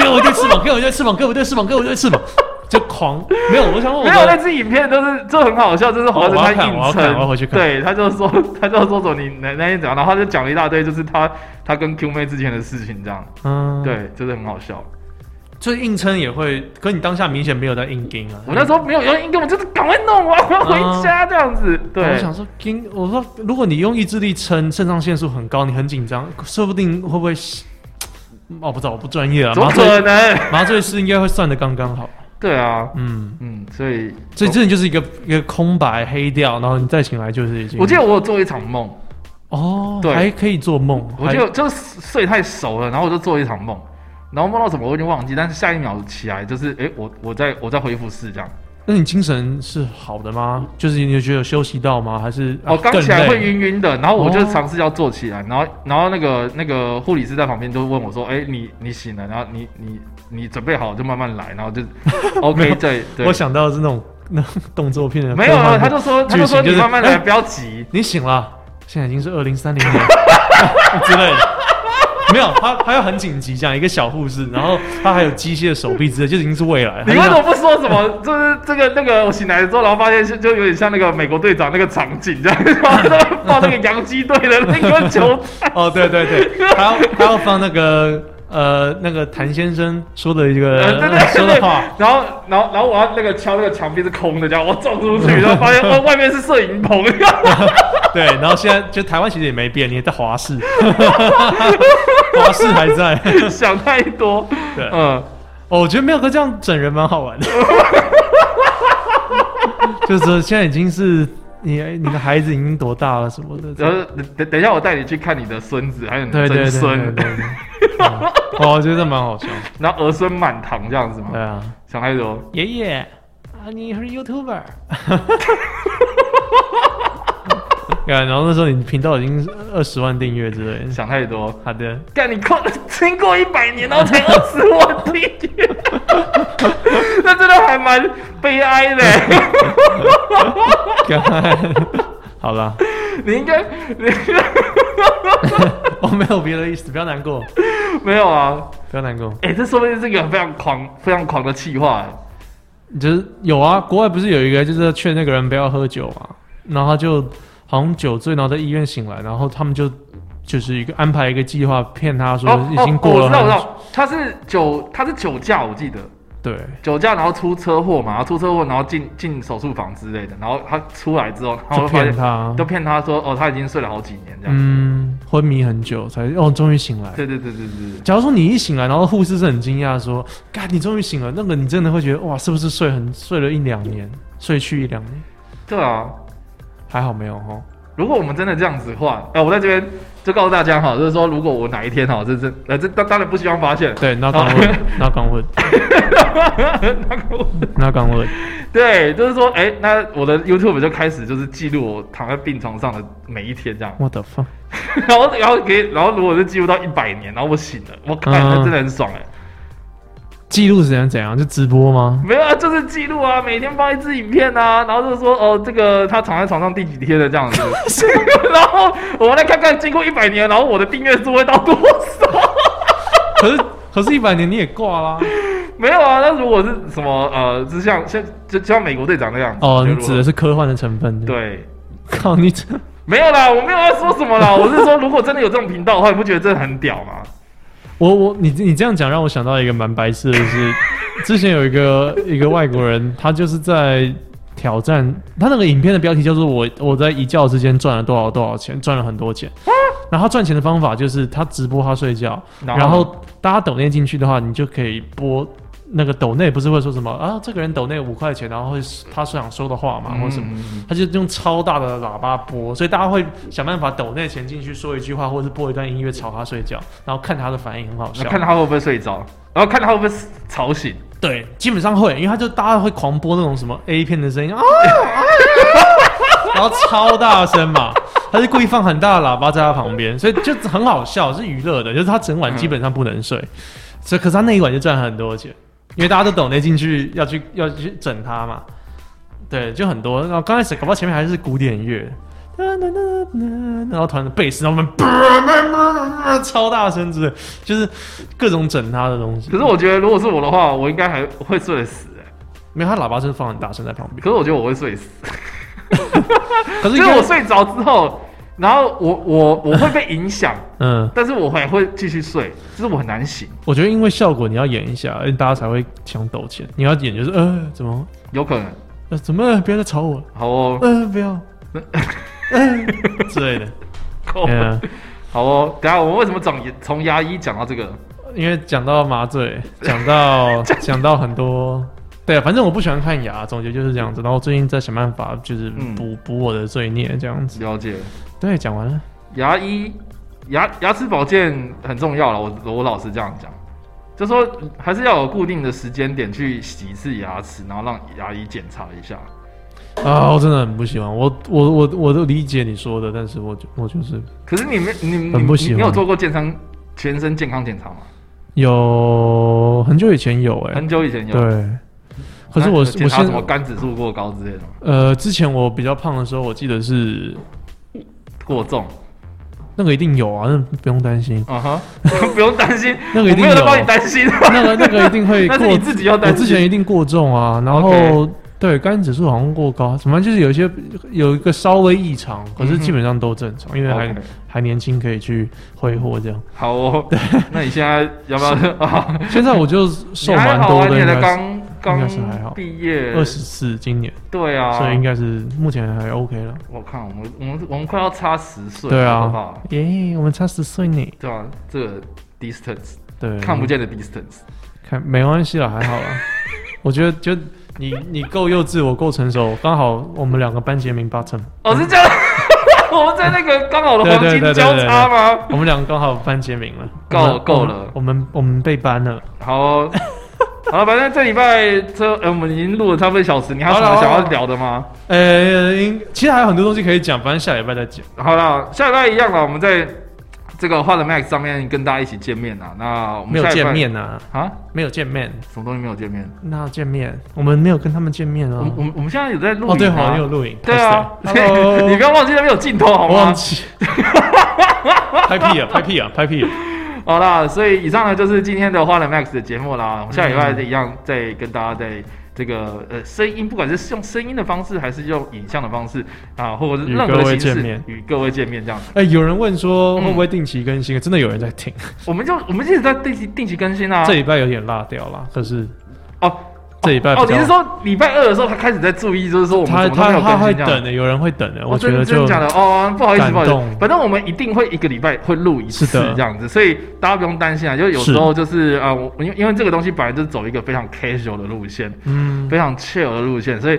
[SPEAKER 5] 给我一对翅膀，给我一对翅膀，给我一对翅膀，给我一对翅膀，就狂没有，我想我
[SPEAKER 4] 没有那
[SPEAKER 5] 的
[SPEAKER 4] 支影片都是就很好笑，就是华
[SPEAKER 5] 哦
[SPEAKER 4] 生
[SPEAKER 5] 我要
[SPEAKER 4] 他
[SPEAKER 5] 看我要
[SPEAKER 4] 硬
[SPEAKER 5] 看我要回去
[SPEAKER 4] 撑，
[SPEAKER 5] 看
[SPEAKER 4] 对，他就说 他就说说你那那天怎样，然后他就讲了一大堆，就是他他跟 Q 妹之前的事情这样，
[SPEAKER 5] 嗯，，
[SPEAKER 4] 对，就是很好笑。
[SPEAKER 5] 就是硬撑也会，可你当下明显没有在硬盯啊。
[SPEAKER 4] 我那时候没有要硬跟我就是赶快弄，啊我要回家这样子，对，
[SPEAKER 5] 嗯我想说盯，我说如果你用意志力撑，肾上腺素很高，你很紧张，说不定会不会？哦，不知道，我不专业啊。
[SPEAKER 4] 怎么
[SPEAKER 5] 麻
[SPEAKER 4] 可
[SPEAKER 5] 醉
[SPEAKER 4] 能？
[SPEAKER 5] 麻醉师应该会算的刚刚好。
[SPEAKER 4] 对啊，
[SPEAKER 5] 嗯，
[SPEAKER 4] 嗯，所以
[SPEAKER 5] 所以真的就是一个一个空白黑掉，然后你再醒来就是已经。
[SPEAKER 4] 我记得我有做一场梦，
[SPEAKER 5] 哦，
[SPEAKER 4] 对
[SPEAKER 5] 还可以做梦。
[SPEAKER 4] 我
[SPEAKER 5] 还
[SPEAKER 4] 就就是睡太熟了，然后我就做一场梦，然后梦到什么我已经忘记，但是下一秒起来就是，哎、我我在我在恢复室这样，
[SPEAKER 5] 那你精神是好的吗？就是你觉得有休息到吗？还是啊
[SPEAKER 4] 我哦刚起来会？晕晕的，然后我就
[SPEAKER 5] 哦
[SPEAKER 4] 尝试要坐起来，然后然后那个那个护理师在旁边就问我说，哎、你你醒了，然后你你你准备好就慢慢来，然后就 OK 对
[SPEAKER 5] 更累
[SPEAKER 4] 对，
[SPEAKER 5] 我想到的是那种那种动作片的
[SPEAKER 4] 没有
[SPEAKER 5] 科幻
[SPEAKER 4] 啊，
[SPEAKER 5] 片
[SPEAKER 4] 他就说他
[SPEAKER 5] 剧
[SPEAKER 4] 就
[SPEAKER 5] 情
[SPEAKER 4] 说你
[SPEAKER 5] 是
[SPEAKER 4] 慢慢 来，
[SPEAKER 5] 哎
[SPEAKER 4] 不要急，
[SPEAKER 5] 你醒了，现在已经是二零三零 年之类的。没有，他他要很紧急，这样一个小护士，然后他还有机械手臂之类，就已经是未来。
[SPEAKER 4] 你
[SPEAKER 5] 他
[SPEAKER 4] 为什
[SPEAKER 5] 就想
[SPEAKER 4] 么不说什么？就是这个那个，我醒来之后，然后发现是就有点像那个美国队长那个场景这样，然后他们放那个洋基队的那个球 赛
[SPEAKER 5] 哦，对对对，还要还要放那个呃那个谭先生说的一个、
[SPEAKER 4] 呃对对对
[SPEAKER 5] 说
[SPEAKER 4] 对
[SPEAKER 5] 的话，，
[SPEAKER 4] 然后然后然后我要那个敲那个墙壁是空的，这样我撞出去，然后发现哦外面是摄影棚，
[SPEAKER 5] 对，然后现在就台湾其实也没变，你也在华视，华视还在。
[SPEAKER 4] 想太多。
[SPEAKER 5] 对
[SPEAKER 4] 嗯，
[SPEAKER 5] 哦，我觉得妙哥这样整人蛮好玩 的，就是说现在已经是你你的孩子已经多大了什么的，
[SPEAKER 4] 然后等等一下我带你去看你的孙子，还有你
[SPEAKER 5] 对
[SPEAKER 4] 的
[SPEAKER 5] 对
[SPEAKER 4] 曾
[SPEAKER 5] 对对
[SPEAKER 4] 孙，
[SPEAKER 5] 对 对。嗯哦，我觉得蛮好笑。
[SPEAKER 4] 然后儿孙满堂这样子嘛
[SPEAKER 5] 对。啊，
[SPEAKER 4] 想太多，
[SPEAKER 5] 爷爷啊，你是 YouTuber。对， 然后那时候你频道已经二十万订阅之类的。
[SPEAKER 4] 想太多。
[SPEAKER 5] 好的，
[SPEAKER 4] 干你过经过一百年，然后才二十万订阅， 那真的还蛮悲哀的。
[SPEAKER 5] 好了，
[SPEAKER 4] 你应该 你
[SPEAKER 5] 我没有别的意思，不要难过，
[SPEAKER 4] 没有啊？
[SPEAKER 5] 不要难过。
[SPEAKER 4] 哎、这说不定是一个非常狂、非常狂的气话、
[SPEAKER 5] 就是有啊，国外不是有一个就是劝那个人不要喝酒嘛，然后他就好像酒醉，然后在医院醒来，然后他们就就是一个安排一个计划骗他说已经过了
[SPEAKER 4] 哦我
[SPEAKER 5] 很
[SPEAKER 4] 知道，
[SPEAKER 5] 久，
[SPEAKER 4] 我知道，他是酒，他是酒驾，我记得
[SPEAKER 5] 对，
[SPEAKER 4] 酒驾，然后出车祸嘛，然后出车祸，然后进进手术房之类的，然后他出来之后，然后
[SPEAKER 5] 就
[SPEAKER 4] 发现
[SPEAKER 5] 骗他
[SPEAKER 4] 都，骗他说，哦，他已经睡了好几年这样。
[SPEAKER 5] 嗯，昏迷很久才哦，终于醒来。
[SPEAKER 4] 对对对对对对，
[SPEAKER 5] 假如说你一醒来，然后护士是很惊讶说：“嘎，你终于醒了。”那个你真的会觉得哇，是不是睡很睡了一两年，睡去一两年？
[SPEAKER 4] 对啊，
[SPEAKER 5] 还好没有哦。
[SPEAKER 4] 如果我们真的这样子的话，哎、我在这边就告诉大家哈，就是说，如果我哪一天哈，这是呃，这当当然不希望发现，
[SPEAKER 5] 对，knock on wood，knock on wood，knock on wood。
[SPEAKER 4] 对，就是说，哎、那我的 YouTube 就开始就是记录我躺在病床上的每一天这样，
[SPEAKER 5] 我的 fuck，
[SPEAKER 4] 然后然后给，然后如果是记录到一百年，然后我醒了，我看那
[SPEAKER 5] 嗯
[SPEAKER 4] 真的很爽哎、
[SPEAKER 5] 记录是怎样怎样？就直播吗？
[SPEAKER 4] 没有啊，就是记录啊，每天放一支影片啊，然后就说哦，这个他躺在床上第几天的这样子， 然后我们来看看经过一百年，然后我的订阅数会到多少。
[SPEAKER 5] 可是可是，一百年你也挂啦。
[SPEAKER 4] 没有啊，那如果是什么呃，就像像就就像美国队长那样子
[SPEAKER 5] 哦，
[SPEAKER 4] 就
[SPEAKER 5] 你
[SPEAKER 4] 如果
[SPEAKER 5] 指的是科幻的成分。，
[SPEAKER 4] 对，
[SPEAKER 5] 靠你这，
[SPEAKER 4] 没有啦，我没有要说什么 啦，我是说如果真的有这种频道的话，你不觉得这很屌吗？
[SPEAKER 5] 我我你你这样讲让我想到一个蛮白痴的 是，之前有一个一个外国人，他就是在挑战，他那个影片的标题叫做我我在一觉之间赚了多少多少钱，赚了很多钱。
[SPEAKER 4] 啊
[SPEAKER 5] 然后他赚钱的方法就是他直播他睡觉，
[SPEAKER 4] 然后
[SPEAKER 5] 然后大家抖内进去的话，你就可以播。那个抖内不是会说什么啊？这个人抖内五块钱，然后会他想说的话嘛，或者什么？
[SPEAKER 4] 嗯
[SPEAKER 5] 他就用超大的喇叭播，所以大家会想办法抖内钱进去说一句话，或者是播一段音乐吵他睡觉，然后看他的反应，很好笑。
[SPEAKER 4] 看他会不会睡着，然后看他会不会吵醒。
[SPEAKER 5] 对，基本上会，因为他就大家会狂播那种什么 A 片的声音啊，啊然后超大声嘛，他是故意放很大的喇叭在他旁边，所以就很好笑，是娱乐的，就是他整晚基本上不能睡，所以可是他那一晚就赚很多钱，因为大家都抖得进去要去要去整他嘛，对，就很多。然后刚开始搞不好前面还是古典乐，哒哒哒哒然后突然贝斯，然后他们 超大声之类，就是各种整他的东西
[SPEAKER 4] 可。是我觉得如果是我的话，我应该还会睡得死、欸。
[SPEAKER 5] 没有，他喇叭声放很大声在旁边。
[SPEAKER 4] 可是我觉得我会睡死，
[SPEAKER 5] 可是
[SPEAKER 4] 就是我睡着之后，然后我我我会被影响，
[SPEAKER 5] 嗯，
[SPEAKER 4] 但是我还会继续睡，就是我很难醒，
[SPEAKER 5] 我觉得因为效果你要演一下，哎大家才会想抖钱。你要演就是呃怎么
[SPEAKER 4] 有可能。
[SPEAKER 5] 呃怎么不要再吵我，
[SPEAKER 4] 好 哦，
[SPEAKER 5] 呃不要，嗯、呃、 之类的。
[SPEAKER 4] 哦
[SPEAKER 5] 嗯，
[SPEAKER 4] 好哦，等一下我们为什么从从牙医讲到这个？
[SPEAKER 5] 因为讲到麻醉，讲 到讲到很多，对，啊反正我不喜欢看牙，总结就是这样子。然后最近在想办法，就是
[SPEAKER 4] 嗯
[SPEAKER 5] 补、补我的罪孽这样子。
[SPEAKER 4] 了解，
[SPEAKER 5] 对，讲完了。
[SPEAKER 4] 牙医牙牙齿保健很重要了，我我老实这样讲，就说还是要有固定的时间点去洗一次牙齿，然后让牙医检查一下。
[SPEAKER 5] 啊，我真的很不喜欢，我我我我都理解你说的，但是我就我就是
[SPEAKER 4] 可是你没你你
[SPEAKER 5] 很不喜
[SPEAKER 4] 你
[SPEAKER 5] 欢
[SPEAKER 4] 你有做过健康全身健康检查吗？
[SPEAKER 5] 有很久以前有哎、
[SPEAKER 4] 很久以前有，
[SPEAKER 5] 对，可是
[SPEAKER 4] 那
[SPEAKER 5] 我我
[SPEAKER 4] 有检查什么
[SPEAKER 5] 现
[SPEAKER 4] 肝指数过高之类的吗？
[SPEAKER 5] 呃之前我比较胖的时候，我记得是
[SPEAKER 4] 过重，，
[SPEAKER 5] 那个一定有啊，那不用担心
[SPEAKER 4] 啊哈， 不用担心，
[SPEAKER 5] 嗯 那个
[SPEAKER 4] 我
[SPEAKER 5] 一定
[SPEAKER 4] 没有在
[SPEAKER 5] 有
[SPEAKER 4] 帮你担心，
[SPEAKER 5] 那个那个一定会
[SPEAKER 4] 但
[SPEAKER 5] 过
[SPEAKER 4] 是你自己要
[SPEAKER 5] 我
[SPEAKER 4] 担
[SPEAKER 5] 之
[SPEAKER 4] 心。
[SPEAKER 5] 前一定过重啊，然后
[SPEAKER 4] OK
[SPEAKER 5] 对肝指数好像过高，什么就是有一些有一个稍微异常，可是
[SPEAKER 4] 嗯哼
[SPEAKER 5] 基本上都正常，因为还
[SPEAKER 4] OK，
[SPEAKER 5] 还年轻，可以去挥霍这样。
[SPEAKER 4] 好哦，那你现在要不要？ 啊
[SPEAKER 5] 现在我就瘦
[SPEAKER 4] 你还
[SPEAKER 5] 蛮
[SPEAKER 4] 好
[SPEAKER 5] 多
[SPEAKER 4] 啊，
[SPEAKER 5] 的，
[SPEAKER 4] 你也
[SPEAKER 5] 应
[SPEAKER 4] 才
[SPEAKER 5] 该是
[SPEAKER 4] 刚
[SPEAKER 5] 应该是还好
[SPEAKER 4] 刚毕业，
[SPEAKER 5] 二十四今年，
[SPEAKER 4] 对啊，
[SPEAKER 5] 所以应该是目前还 OK 了。
[SPEAKER 4] 我看我们我们我们快要差十岁，
[SPEAKER 5] 对
[SPEAKER 4] 好不
[SPEAKER 5] 啊
[SPEAKER 4] 好？，
[SPEAKER 5] 耶，我们差十岁呢。
[SPEAKER 4] 对啊，这个 distance
[SPEAKER 5] 对，嗯
[SPEAKER 4] 看不见的 distance，
[SPEAKER 5] 看没关系了，还好啦。我觉得就你你够幼稚，我够成熟，刚好我们两个班杰明 button，
[SPEAKER 4] 哦，是这样， 我们在那个刚好的黄
[SPEAKER 5] 对对
[SPEAKER 4] 金
[SPEAKER 5] 对对
[SPEAKER 4] 交叉吗？
[SPEAKER 5] 我们两个刚好班杰明了，
[SPEAKER 4] 够
[SPEAKER 5] 我们
[SPEAKER 4] 够
[SPEAKER 5] 我们
[SPEAKER 4] 了
[SPEAKER 5] 我们我们被搬了。
[SPEAKER 4] 好哦， 好了，反正这礼拜这呃我们已经录了差不多一小时，你还有什
[SPEAKER 5] 好
[SPEAKER 4] 么
[SPEAKER 5] 了
[SPEAKER 4] 想
[SPEAKER 5] 好
[SPEAKER 4] 要
[SPEAKER 5] 了
[SPEAKER 4] 聊的吗？
[SPEAKER 5] 呃，应其实还有很多东西可以讲，反正下礼拜再讲。
[SPEAKER 4] 好了，下礼拜一样了，我们在这个画的 Max 上面跟大家一起见面啊。那我们
[SPEAKER 5] 没有
[SPEAKER 4] 下礼拜
[SPEAKER 5] 见面啊，
[SPEAKER 4] 啊？
[SPEAKER 5] 没有见面，
[SPEAKER 4] 什么东西没有见面？
[SPEAKER 5] 那见面，我们没有跟他们见面
[SPEAKER 4] 我
[SPEAKER 5] 啊
[SPEAKER 4] 们。我们我们现在有在录影啊
[SPEAKER 5] 哦，对，
[SPEAKER 4] 吗
[SPEAKER 5] 好像有录影。
[SPEAKER 4] 对啊，
[SPEAKER 5] 拍谁 Hello
[SPEAKER 4] 你不要忘记那边有镜头好
[SPEAKER 5] 我
[SPEAKER 4] 吗
[SPEAKER 5] 忘？记。拍屁啊！拍屁啊！拍屁啊！
[SPEAKER 4] 好啦，所以以上呢就是今天的花了 Max 的节目啦。我们下礼拜一样再跟大家在这个呃声音，不管是用声音的方式，还是用影像的方式啊，或者是
[SPEAKER 5] 与
[SPEAKER 4] 任
[SPEAKER 5] 各
[SPEAKER 4] 何
[SPEAKER 5] 位
[SPEAKER 4] 形
[SPEAKER 5] 见
[SPEAKER 4] 式
[SPEAKER 5] 面
[SPEAKER 4] 与各位见面这样。
[SPEAKER 5] 哎，有人问说
[SPEAKER 4] 嗯
[SPEAKER 5] 会不会定期更新？真的有人在听。
[SPEAKER 4] 我们就我们一直在定期定期更新啊。
[SPEAKER 5] 这礼拜有点落掉了，可是
[SPEAKER 4] 哦，
[SPEAKER 5] 这礼拜
[SPEAKER 4] 哦，
[SPEAKER 5] 比
[SPEAKER 4] 你
[SPEAKER 5] 较
[SPEAKER 4] 是说礼拜二的时候他开始在注意，就是说我
[SPEAKER 5] 他
[SPEAKER 4] 们怎么都没
[SPEAKER 5] 他
[SPEAKER 4] 有
[SPEAKER 5] 他
[SPEAKER 4] 更
[SPEAKER 5] 会
[SPEAKER 4] 新这
[SPEAKER 5] 等
[SPEAKER 4] 样。
[SPEAKER 5] 的，有人会等的。我
[SPEAKER 4] 哦
[SPEAKER 5] 觉
[SPEAKER 4] 真
[SPEAKER 5] 得
[SPEAKER 4] 真
[SPEAKER 5] 就
[SPEAKER 4] 的假的哦，不好意思，
[SPEAKER 5] 感
[SPEAKER 4] 不好意思
[SPEAKER 5] 动，
[SPEAKER 4] 反正我们一定会一个礼拜会录一次
[SPEAKER 5] 是的
[SPEAKER 4] 这样子，所以大家不用担心啊。就有时候就是啊，我因为因为这个东西本来就是走一个非常 casual 的路线，
[SPEAKER 5] 嗯，
[SPEAKER 4] 非常 chill 的路线，所以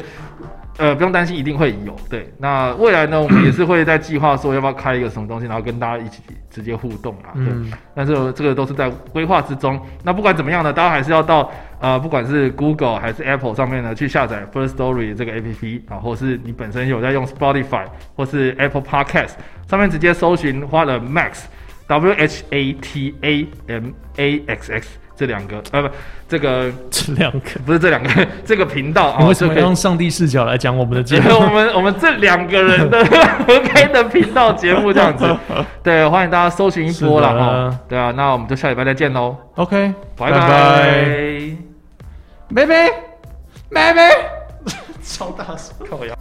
[SPEAKER 4] 呃不用担心，一定会有。对，那未来呢，我们也是会在计划说要不要开一个什么东西，然后跟大家一起直接互动啊。对，
[SPEAKER 5] 嗯
[SPEAKER 4] 但是这个都是在规划之中。那不管怎么样呢，大家还是要到呃不管是 Google 还是 Apple 上面呢去下载 First Story 这个 APP 啊，或是你本身有在用 Spotify 或是 Apple Podcast 上面直接搜寻花了 Max。W H A T A M A X X 这两个，呃，不，这个
[SPEAKER 5] 这两个，
[SPEAKER 4] 不是这两个 这个频道
[SPEAKER 5] 你
[SPEAKER 4] 啊，
[SPEAKER 5] 为什么
[SPEAKER 4] 就可以？
[SPEAKER 5] 要用上帝视角来讲我们的节目
[SPEAKER 4] 我们我们这两个人的 合开的频道节目这样 子，对，欢迎大家搜寻一波啦
[SPEAKER 5] 是的
[SPEAKER 4] 哈。对啊，那我们就下礼拜再见喽，
[SPEAKER 5] OK，
[SPEAKER 4] 拜
[SPEAKER 5] 拜拜
[SPEAKER 4] 拜
[SPEAKER 5] 妹妹，妹妹，超大声。
[SPEAKER 4] 靠腰